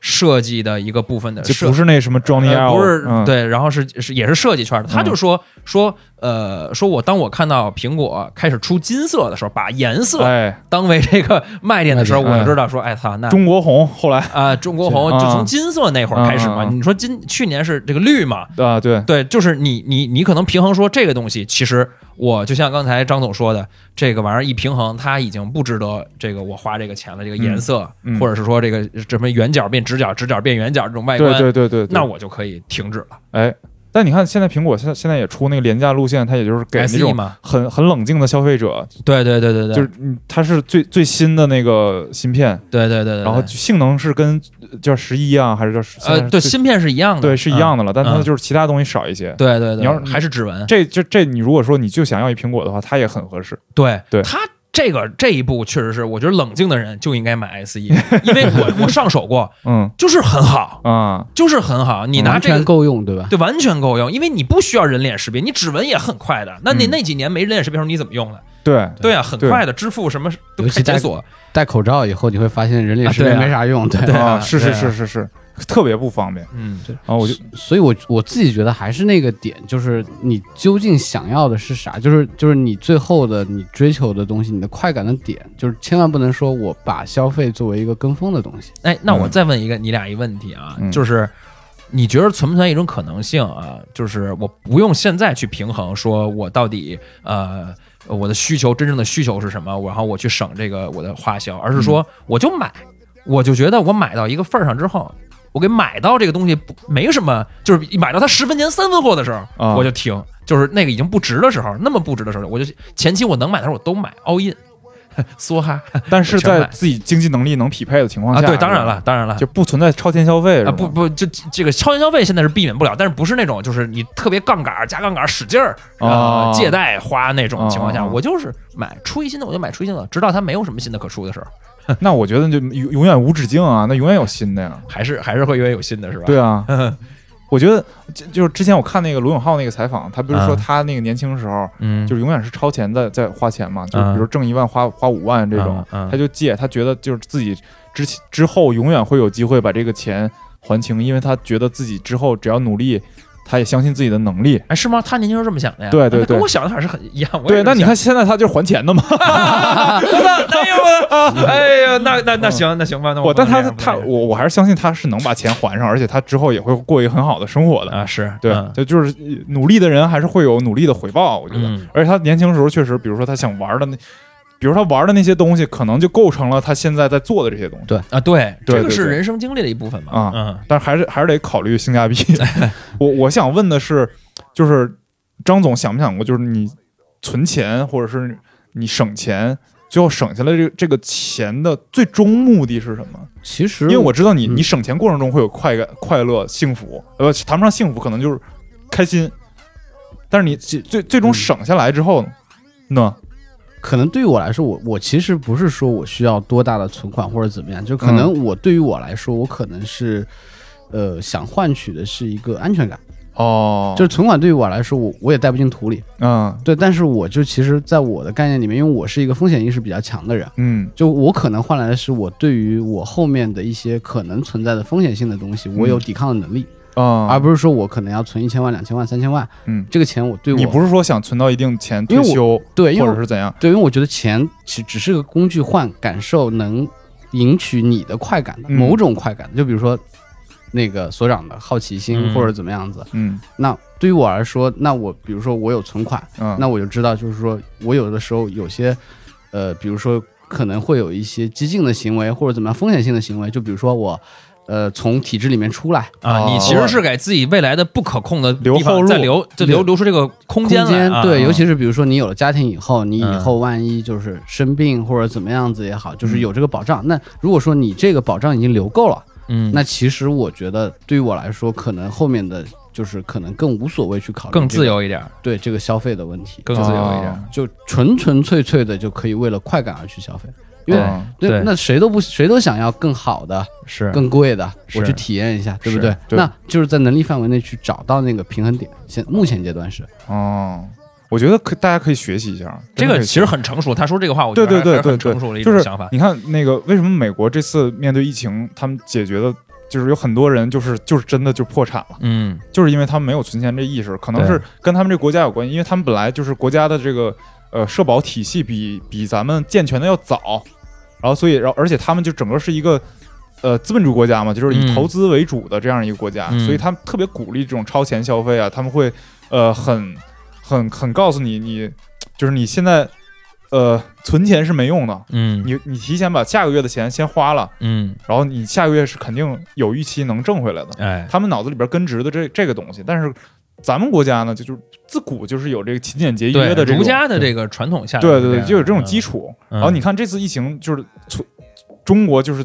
设计的一个部分的设就不是那什么 Johnny 呃 L，、不是、嗯、对，然后是是也是设计圈的，他就说、说呃说我当我看到苹果开始出金色的时候，把颜色哎，当为这个卖点的时候，卖点我就知道说哎操那。中国红后来啊、中国红嗯就从金色那会儿开始嘛。嗯嗯嗯你说今去年是这个绿嘛，啊，对，对，就是你你你可能平衡说这个东西，其实我就像刚才张总说的，这个玩意儿一平衡，它已经不值得这个我花这个钱了。这个颜色，嗯嗯或者是说这个什么圆角变直角，直角变圆角这种外观，对对对对对，那我就可以停止了。哎，但你看现在苹果现在现在也出那个廉价路线，它也就是给那 SE 种 E 嘛，很很冷静的消费者，对对对对对，就是嗯它是最最新的那个芯片，对对对对，对然后性能是跟呃叫十一啊还是叫现在呃，是对最芯片是一样的，对是一样的的，了，但它嗯就是其他东西少一些。对对对，你要是还是指纹，这这这，你如果说你就想要一苹果的话，它也很合适。对对它这个这一步确实是，我觉得冷静的人就应该买 SE，因为我我上手过，嗯就是很好，啊，就是很好，你拿完这个全够用，对吧？对，完全够用，因为你不需要人脸识别，你指纹也很快的。那你那几年没人脸识别的时候，你怎么用的？对对啊，很快的，支付什么都尤可以其解在锁。戴口罩以后，你会发现人脸识啊别对啊没啥用，对。对啊啊，是是对啊是是是，特别不方便嗯，啊！我就所以我，我自己觉得还是那个点，就是你究竟想要的是啥，就是就是你最后的你追求的东西，你的快感的点，就是千万不能说我把消费作为一个跟风的东西。哎，那我嗯再问一个你俩一问题啊，嗯就是你觉得存不存在一种可能性啊？就是我不用现在去平衡，说我到底呃我的需求真正的需求是什么，然后我去省这个我的花销，嗯而是说我就买，我就觉得我买到一个份儿上之后。我给买到这个东西不没什么，就是买到它十分钱三分货的时候，啊我就停，就是那个已经不值的时候，那么不值的时候，我就前期我能买的时候我都买 all in， 梭哈但是全在买自己经济能力能匹配的情况啊，下，对，当然是吧了，，当然了，就不存在超前消费是吧啊不不，就这这个超前消费现在是避免不了，但是不是那种就是你特别杠杆儿加杠杆儿使劲儿啊、哦借贷花那种情况下，哦哦哦我就是买出一新的我就买出一新的，直到它没有什么新的可出的时候，那我觉得就永永远无止境啊，那永远有新的呀。还是还是会永远有新的，是吧？对啊， 我觉得就就是之前我看那个罗永浩那个采访，他不是说嗯他那个年轻时候嗯，就是永远是超前在在花钱嘛，就是嗯比如挣一万花花五万这种，嗯嗯他就借，他觉得就是自己之前之后永远会有机会把这个钱还清，因为他觉得自己之后只要努力，他也相信自己的能力。哎，是吗？他年轻时候这么想的呀？对对那跟对我想的还是很一样。我也对，是这那么你想哦的，看现在他就是还钱的嘛，哎呦 我，哎呦，那那那行，那行吧，那我不但能他这样他不能我我还是相信他是能把钱还上，而且他之后也会过一个很好的生活这的样啊，是对，嗯就就是努力的人还是会有努力的回报，我觉得。嗯而且他年轻时候确实，比如说他想玩的那，比如他玩的那些东西，可能就构成了他现在在做的这些东西。啊，对，对这个对是对人生经历的一部分嘛。啊嗯，但是还是还是得考虑性 价比。我我想问的是，就是张总想没想过，就是你存钱或者是你省钱，最后省下来这个这个钱的最终目的是什么？其实因为我知道你嗯你省钱过程中会有快感、快乐、幸福，呃，谈不上幸福，可能就是开心。但是你最最最终嗯省下来之后呢？可能对于我来说，我我其实不是说我需要多大的存款或者怎么样，就可能我对于我来说，我可能是。呃，想换取的是一个安全感，哦就是存款对于我来说，我我也带不进土里，嗯对。但是我就其实，在我的概念里面，因为我是一个风险意识比较强的人，嗯就我可能换来的是我对于我后面的一些可能存在的风险性的东西，我有抵抗的能力，嗯啊而不是说我可能要存一千万、两千万、三千万，嗯，这个钱我对我你不是说想存到一定钱因为退休，对，因或为者我是怎样？对，因为我觉得钱其只是个工具，换感受能赢取你的快感的、嗯某种快感，就比如说那个所长的好奇心、嗯或者怎么样子。嗯那对于我来说，那我比如说我有存款，嗯，那我就知道，就是说我有的时候有些，呃，比如说可能会有一些激进的行为或者怎么样风险性的行为，就比如说我，呃，从体制里面出来，啊，哦你其实是给自己未来的不可控的地留后方路再留，就留留留出这个空空间来啊。对，嗯尤其是比如说你有了家庭以后，你以嗯后万一就是生病或者怎么样子也好，就是嗯有这个保障。那如果说你这个保障已经留够了，嗯，那其实我觉得对于我来说，可能后面的就是可能更无所谓去考虑、更自，由一点，对这个消费的问题，更哦自由一点。就纯纯粹粹的就可以为了快感而去消费，因为。嗯对对，那谁都不，谁都想要更好的、是更贵的，是我去体验一下，对是不对？对那就是在能力范围内去找到那个平衡点。现目前阶段是，哦，我觉得可大家可以学习一下真这个其。的可以学实习很成熟，他说这个话，我觉对得对对还是对很对成熟的一，就种是想法。你看那个，为什么美国这次面对疫情，他们解决的，就是有很多人就是就是真的就破产了，嗯，就是因为他们没有存钱这意识，可能对是跟他们这国家有关，因为他们本来就是国家的这个呃社保体系比比咱们健全的要早，然后所以然后而且他们就整个是一个呃资本主义国家嘛，就是嗯以投资为主的这样一个国家，嗯所以他们特别鼓励这种超前消费啊，他们会呃很很很告诉你你就是你现在呃存钱是没用的，嗯你你提前把下个月的钱先花了，嗯，然后你下个月是肯定有预期能挣回来的。哎，他们脑子里边根植的这这个东西，但是咱们国家呢，就就是自古就是有这个勤俭节约的这对种儒家的这个传统下来是对样的，对对，就有这种基础。础。嗯然后你看这次疫情，就是存中国就是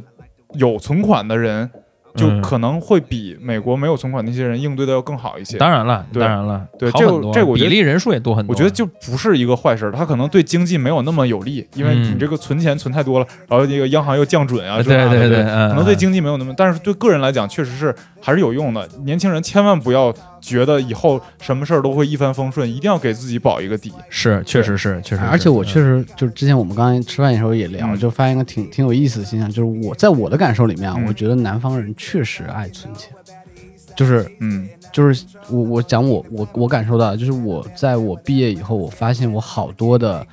有存款的人，就嗯可能会比美国没有存款那些人应对的要更好一些。当然了，对当然了，对好这个很多这个我觉比得例人数也多很多。我觉得就不是一个坏事儿，它可能对经济没有那么有利，因为嗯你这个存钱存太多了，然后这个央行又降准啊，对这那的对对对对嗯可能对经济没有那么，但是对个人来讲确实是还是有用的。年轻人千万不要觉得以后什么事儿都会一帆风顺，一定要给自己保一个底。是，确实是，确实是。而且我确实实就是之前我们刚才吃饭的时候也聊，嗯就发现一个挺挺有意思的现象，就是我在我的感受里面啊，嗯我觉得南方人确实爱存钱，就是嗯就是我我讲我我我感受到的，就是我在我毕业以后，我发现我好多的，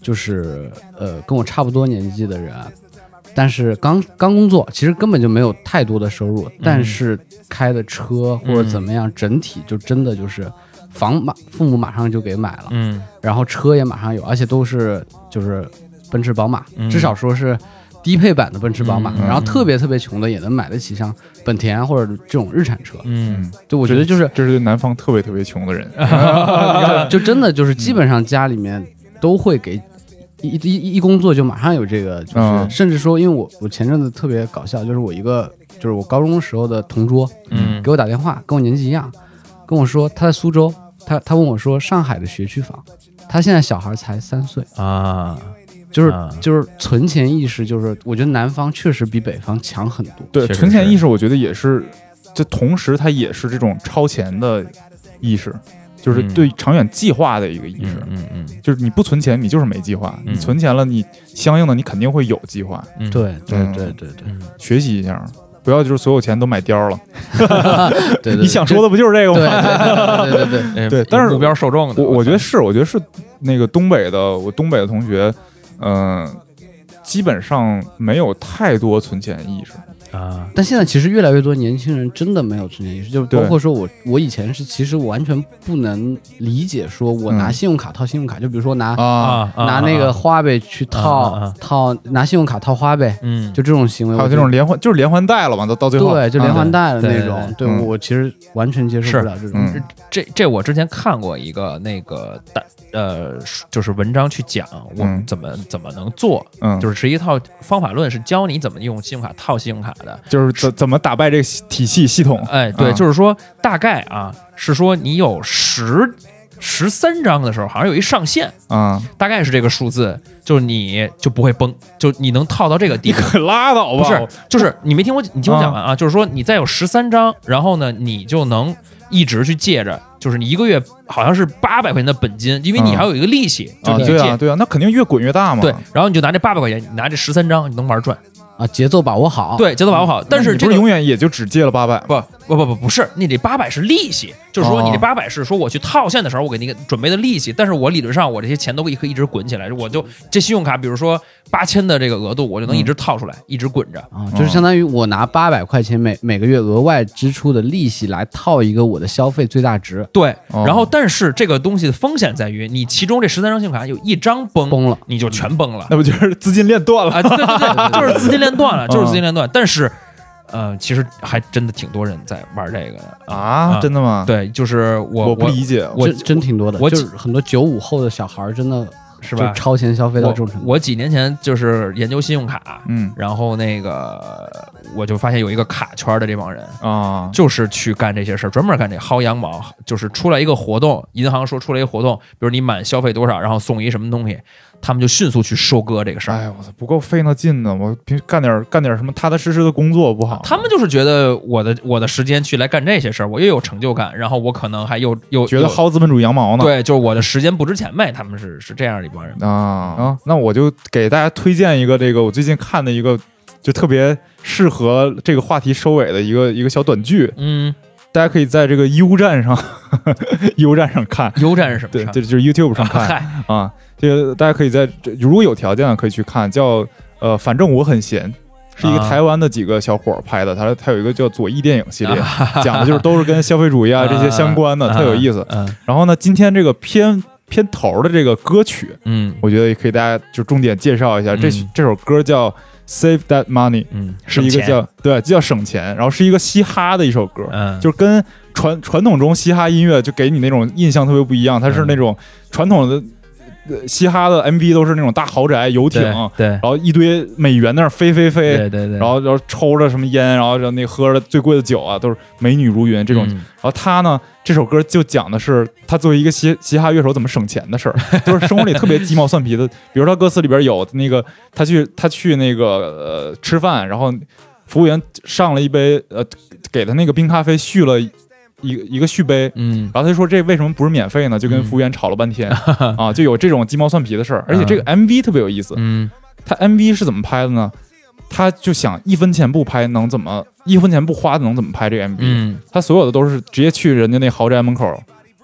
就是呃跟我差不多年纪的人啊。但是刚刚工作，其实根本就没有太多的收入，但是开的车或者怎么样，整体就真的就是房马父母马上就给买了，嗯然后车也马上有，而且都是就是奔驰、宝马，嗯至少说是低配版的奔驰、宝马，嗯然后特别特别穷的也能买得起像本田啊或者这种日产车。嗯，对，我觉得就是这是对南方特别啊特别穷的人，就真的就是基本上家里面都会给一一一工作就马上有这个，就是、嗯甚至说，因为我我前阵子特别搞笑，就是我一个就是我高中时候的同桌，嗯给我打电话，跟我年纪一样，跟我说他在苏州，他他问我说上海的学区房，他现在小孩才三岁，啊，就是、啊就是存钱意识，就是我觉得南方确实比北方强很多。对，确实存钱是意识，我觉得也是，这同时它也是这种超前的意识，就是嗯对长远计划的一个意识。嗯嗯就是你不存钱，你就是没计划；嗯你存钱了，你相应的你肯定会有计划。嗯，对对嗯对对对嗯学习一下，不要就是所有钱都买貂 了。对对，你想说的的不就是这个对吗？对对对对对，嗯对但是目标受众的，我我觉得是，我觉得是那个东北的，我东北的同学，嗯、基本上没有太多存钱意识。啊，但现在其实越来越多年轻人真的没有存钱意识，就是包对括说我我以前是其实完全不能理解，说我拿信用卡套信用卡，就比如说拿、啊，啊拿那个，花呗去套、啊啊啊套拿信用卡套花呗，嗯，就这种行为，还有我这觉得种连环，就是连环贷了嘛，到到最后，对，就连啊环贷的对那对种，对对嗯我其实完全接受是不了这种。嗯这这我之前看过一个那个大呃，就是文章去讲我嗯怎么、怎么能做，嗯，就是是一套方法论，是教你怎么用信用卡套信用卡的。就是怎怎么打败这个系体系系统。哎，对，啊就是说大概啊，是说你有十十三张的时候，好像有一上限，啊，大概是这个数字，就是你就不会崩，就你能套到这个地 你步。可拉倒吧！不是，就是你没听我，你听我讲完啊，就是说你再有十三张，然后呢，你就能一直去借着，就是你一个月好像是八百块钱的本金，因为你嗯还有一个利息，就啊，是你对借啊，。对啊，那肯定越滚越大嘛。对，然后你就拿这八百块钱，你拿这十三张，你能玩转。啊，节奏把握好。对，节奏把握好。但那是你这不个是永远也就只借了八百？不不不不不是，你这八百是利息，就是说哦你这八百是说我去套现的时候我给你给准备的利息，但是我理论上我这些钱都可以可以一直滚起来，我就这信用卡，比如说八千的这个额度，我就能一直嗯套出来，一直滚着。啊，就是相当于我拿八百块钱每每个月额外支出的利息来套一个我的消费最大值，对，哦然后但是这个东西的风险在于，你其中这十三张信用卡有一张崩，崩了。你就全崩了 那不就是资金链断了？啊！对对 对，就是资金链断了，就是嗯资金链断。但是，呃，其实还真的挺多人在玩这个的啊，真的吗？，对，就是我我不理解。我真真挺多的，我就是很多九五后的小孩儿真的是吧就超前消费到这种程度。我我几年前就是研究信用卡，嗯然后那个我就发现有一个卡圈的这帮人，啊，就是去干这些事儿，专门干这薅羊毛，就是出来一个活动，银行说出来一个活动，比如你满消费多少，然后送一什么东西，他们就迅速去收割这个事儿。哎，我操，不够费那劲呢。我平时干点干点什么踏踏实实的工作不好？他们就是觉得我的我的时间去来干这些事儿，我又有成就感，然后我可能还又又觉得又薅资本主义羊毛呢？对，就是我的时间不值钱呗。他们是是这样一帮人，啊啊，那我就给大家推荐一个这个我最近看的一个，就特别适合这个话题收尾的一个一个小短剧，嗯，大家可以在这个 U 站上 ，U 站上看。优战是什么对事儿？，这就是 YouTube 上看嗨，啊，这个大家可以在这如果有条件的可以去看，叫呃，反正我很闲，是一个啊台湾的几个小伙儿拍的，他他有一个叫左翼电影系列， 讲的就是都是跟消费主义啊这些相关的，啊特有意思。嗯然后呢，今天这个片片头的这个歌曲，嗯我觉得也可以大家就重点介绍一下，这嗯这首歌叫《Save That Money》，嗯，是一省个钱叫对叫省钱，然后是一个嘻哈的一首歌，嗯，就是跟传传统中嘻哈音乐就给你那种印象特别不一样，它嗯是那种传统的、呃嘻哈的 MV 都是那种大豪宅、游艇，对然对后一堆美元在那儿飞飞飞，对对对，然后然后抽着什么烟，然后然后那喝着最贵的酒啊，都是美女如云这种。嗯然后他呢，这首歌就讲的是他作为一个嘻嘻哈乐手怎么省钱的事儿， 就是生活里特别鸡毛蒜皮的。比如他歌词里边有那个他去他去那个呃吃饭，然后服务员上了一杯呃给他那个冰咖啡续了一一个续杯。嗯然后他就说这为什么不是免费呢？就跟嗯服务员吵了半天、啊，就有这种鸡毛蒜皮的事儿。而且这个 MV 特别有意思，嗯他 MV 是怎么拍的呢？他就想一分钱不拍能怎么，一分钱不花能怎么拍这个 MV？、嗯他所有的都是直接去人家那豪宅门口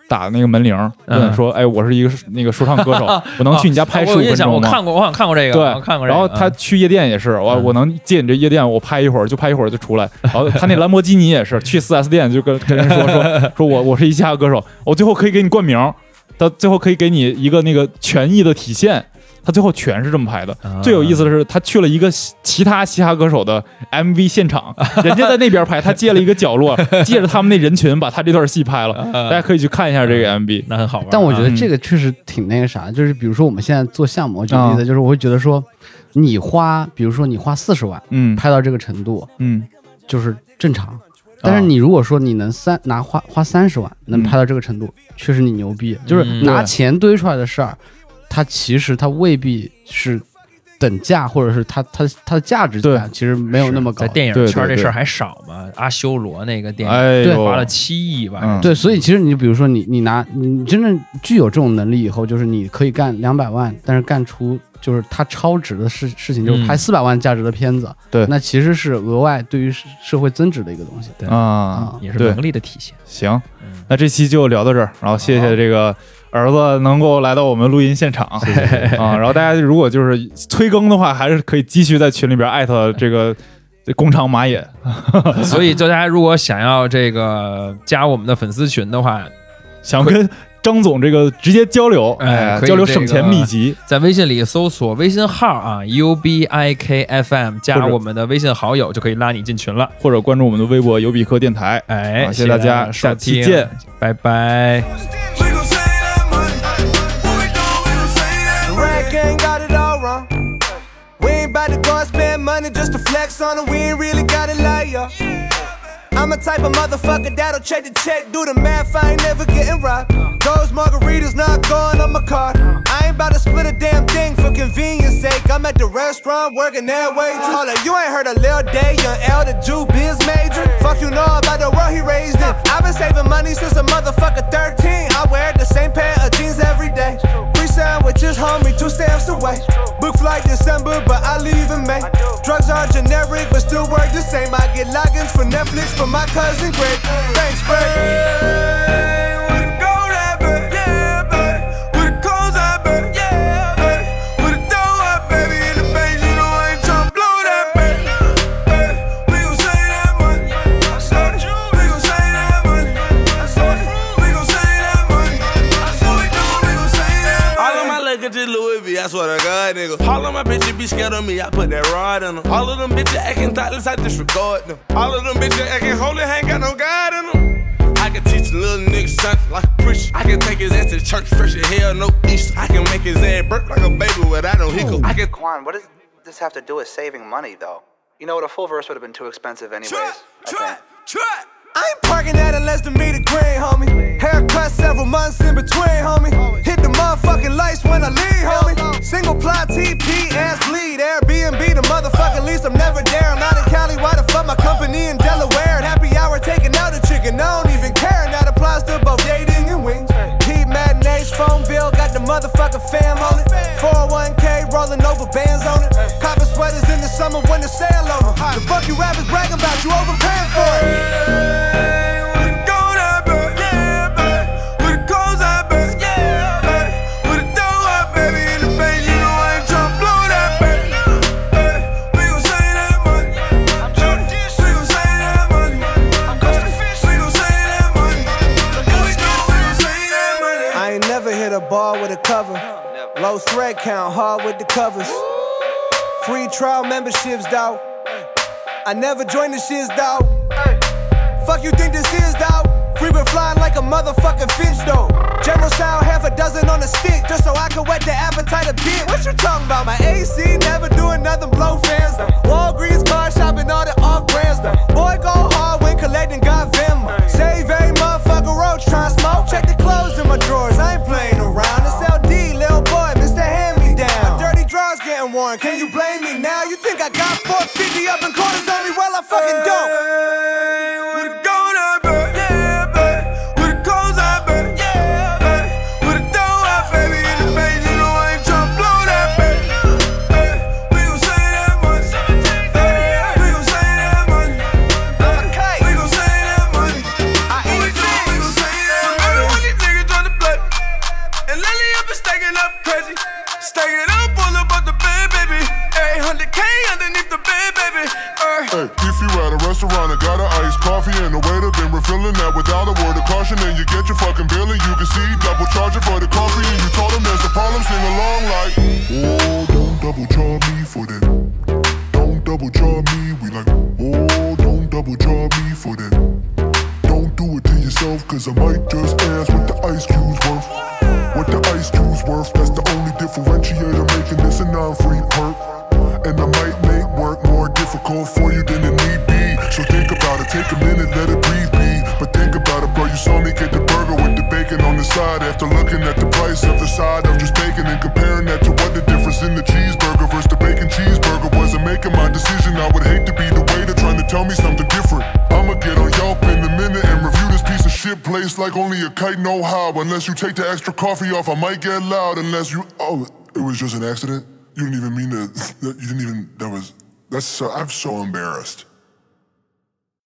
打那个门铃，问嗯啊说：“哎，我是一个那个说唱 歌手，我能去你家拍十我五有分印象，钟我吗看过，我好像看过这？”个，对我看，过这然个。后他嗯去夜店也是，我嗯我能借你这夜店，我拍一会儿就 拍一会儿就出来。然后他那兰博基尼也是 去4 S 店就跟跟人说说 说我我是一嘻哈歌手，我最后可以给你冠名，到最后可以给你一个那个权益的体现。他最后全是这么拍的。啊最有意思的是，他去了一个嘻其他嘻哈歌手的 MV 现 场，人家在那边拍，他借了一个角落，借着他们那人群把他这段戏拍 了。大家可以去看一下这个 MV。嗯那很好玩啊。但我觉得这个确实挺那个啥，就是比如说我们现在做项目，举个例子，就是我会觉得说，你花，比如说你花四十万嗯拍到这个程度，嗯就是正常。但是啊你如果说你能三拿花花三十万能嗯拍到这个程度，确实你牛逼。就是嗯拿对钱堆出来的事儿，它其实它未必是等价，或者是它它它的价值对感其实没有那么高在。电影对对圈这对事儿还少吗？阿修罗那个电影哎对呦，花了七亿吧，嗯对，所以其实你比如说你你拿你真正具有这种能力以后，就是你可以干两百万，但是干出就是它超值的事事情，就是嗯拍四百万价值的片子，对那其实是额外对于社社会增值的一个东西。对啊，也是对能力的体现。 行嗯，那这期就聊到这儿，然后谢谢这个儿子能够来到我们录音现场 啊，然后大家如果就是催更的话，还是可以继续在群里边艾特这个这工厂马野，所以，就大家如果想要这个加我们的粉丝群的话，想跟张总这个直接交流，哎哎，可以交流这省钱个秘籍，在微信里搜索微信号啊 U B I K F M，加或者我们的微信好友就可以拉你进群了。或者关注我们的微博有比克电台。哎，好谢谢谢大家收下期听见，拜拜。 We gon' say that money. What we doing? We gon' say that The money. Red gang got it all wrong. We ain't about to go and spend money just to flex on it. We ain't really got it like ya. I'm a type of motherfucker that'll check the check, do the math. I ain't never getting robbed. Those margaritas not going on my card. I ain't about to split a damn thing for convenience sake. I'm at the restaurant working that way. Hold up, you ain't heard a Lil Day, young L, the Jew biz major. Fuck you know about the world he raised in. I've been saving money since a motherfucker 13. I wear the same pair of jeans every day. Free sandwiches, homie, two stamps away. Book flight December, but I leave in May. Drugs are generic, but still work the same. I get logins for Netflix for my cousin Greg. Thanks, Greg. With a gold habit, yeah, babe. With a cold habit, yeah, babe. With a dough up, baby, in the face, you know I ain't tryna blow that, babe. Babe, we gon' say that money. We gon' say that money. We gon' say that money. We gon' we gon' say that All of my money. luggage is Louis V, I swear to God, nigga. All of my bitches be scared of me, I put that rod in them. All of them bitches acting thoughtless, I disregard them. All of them bitches acting holy, ain't got no God in them. I can teach a little nigga something like a preacher. I can take his ass to church fresh as hell, no Easter. I can make his ass burp like a baby without no hiccup. I can Quan, what does this have to do with saving money, though? You know what? A full verse would have been too expensive, anyways. Trap, I trap, think. trap. I ain't parking at it less than me the green, homie. Haircut several months in between, homie. Hit the motherfucking lights when I leave, homie. Single plot TP ass bleed. Airbnb the motherfucking lease. I'm never there. I'm not in Cali. Why the fuck my company in Delaware? And happy hour taking out a chicken. I don't even care. And that applies to both dating and wings. Heat matinees, phone bill, got the motherfucking fam on it. 401k rolling over bands on it. Copping sweaters in the summer when the sale over. The fuck you rappers bragging about? You overpaying for it. With a gold habit, yeah, babe. With a cold habit, yeah, babe. With a dough up, baby, in the face, you know I ain't tryna blow that, babe. Babe, we gon' say that money. We gon' say that money. We gon' say that money. We gon' we gon' say that money. I ain't never hit a ball with a cover. Low thread count, hard with the covers. Free trial memberships, dawg. I never joined the shits, dawg. Fuck you think this is, dawg? Free been flying like a motherfucking fish, though. General style, half a dozen on a stick, just so I can whet the appetite a bit. What you talking about? My AC never doing nothing, blow fans, though. Walgreens car shopping, all the off brands, though. Boy, go hard when collecting, got Venmo. Save a motherfucker roach, try smoke. Check the clothes in my drawers, I ain't playing around. It's LD, lil boy, Mr. Hand Me Down. Dirty drawers getting worn, can you blame me now? You think I got 450 up in quarters on me? Well, I fucking don't. With a gold habit, yeah, babe. With a cold habit, yeah, babe. With a dough up, baby, in the face, you know I ain't tryna blow that, babe. Babe, we gon' say that money. Babe, we gon' say that money. Babe, we gon' say that money. We gon' we gon' say that money. Every one of these niggas on the block. And lately I've been stacking up crazy. Stacking up, all about the bed, baby. 800K underneath the without a word of caution. And you get your fucking bill and you can see double charging for the coffee. And you told him there's a problem, sing along like, oh, don't double charge me for that. Don't double charge me. We like, oh, don't double charge me for that. Don't do it to yourself, cause I might just ask what the ice cube's worth. What the ice cube's worth, that's the only differentiator making this a non free perk. And I might make work more difficult for you than it need be. So think about it, take a minute, let it breathe be. But think about it, bro, you saw me get the burger with the bacon on the side. After looking at the price of the side of just bacon and comparing that to what the difference in the cheeseburger versus the bacon cheeseburger wasn't making my decision. I would hate to be the waiter trying to tell me something different. I'ma get on Yelp in a minute and review this piece of shit place like only a kite know how. Unless you take the extra coffee off, I might get loud. Unless you, oh, it was just an accident. You didn't even mean to. You didn't even. That was. That's so. I'm so embarrassed.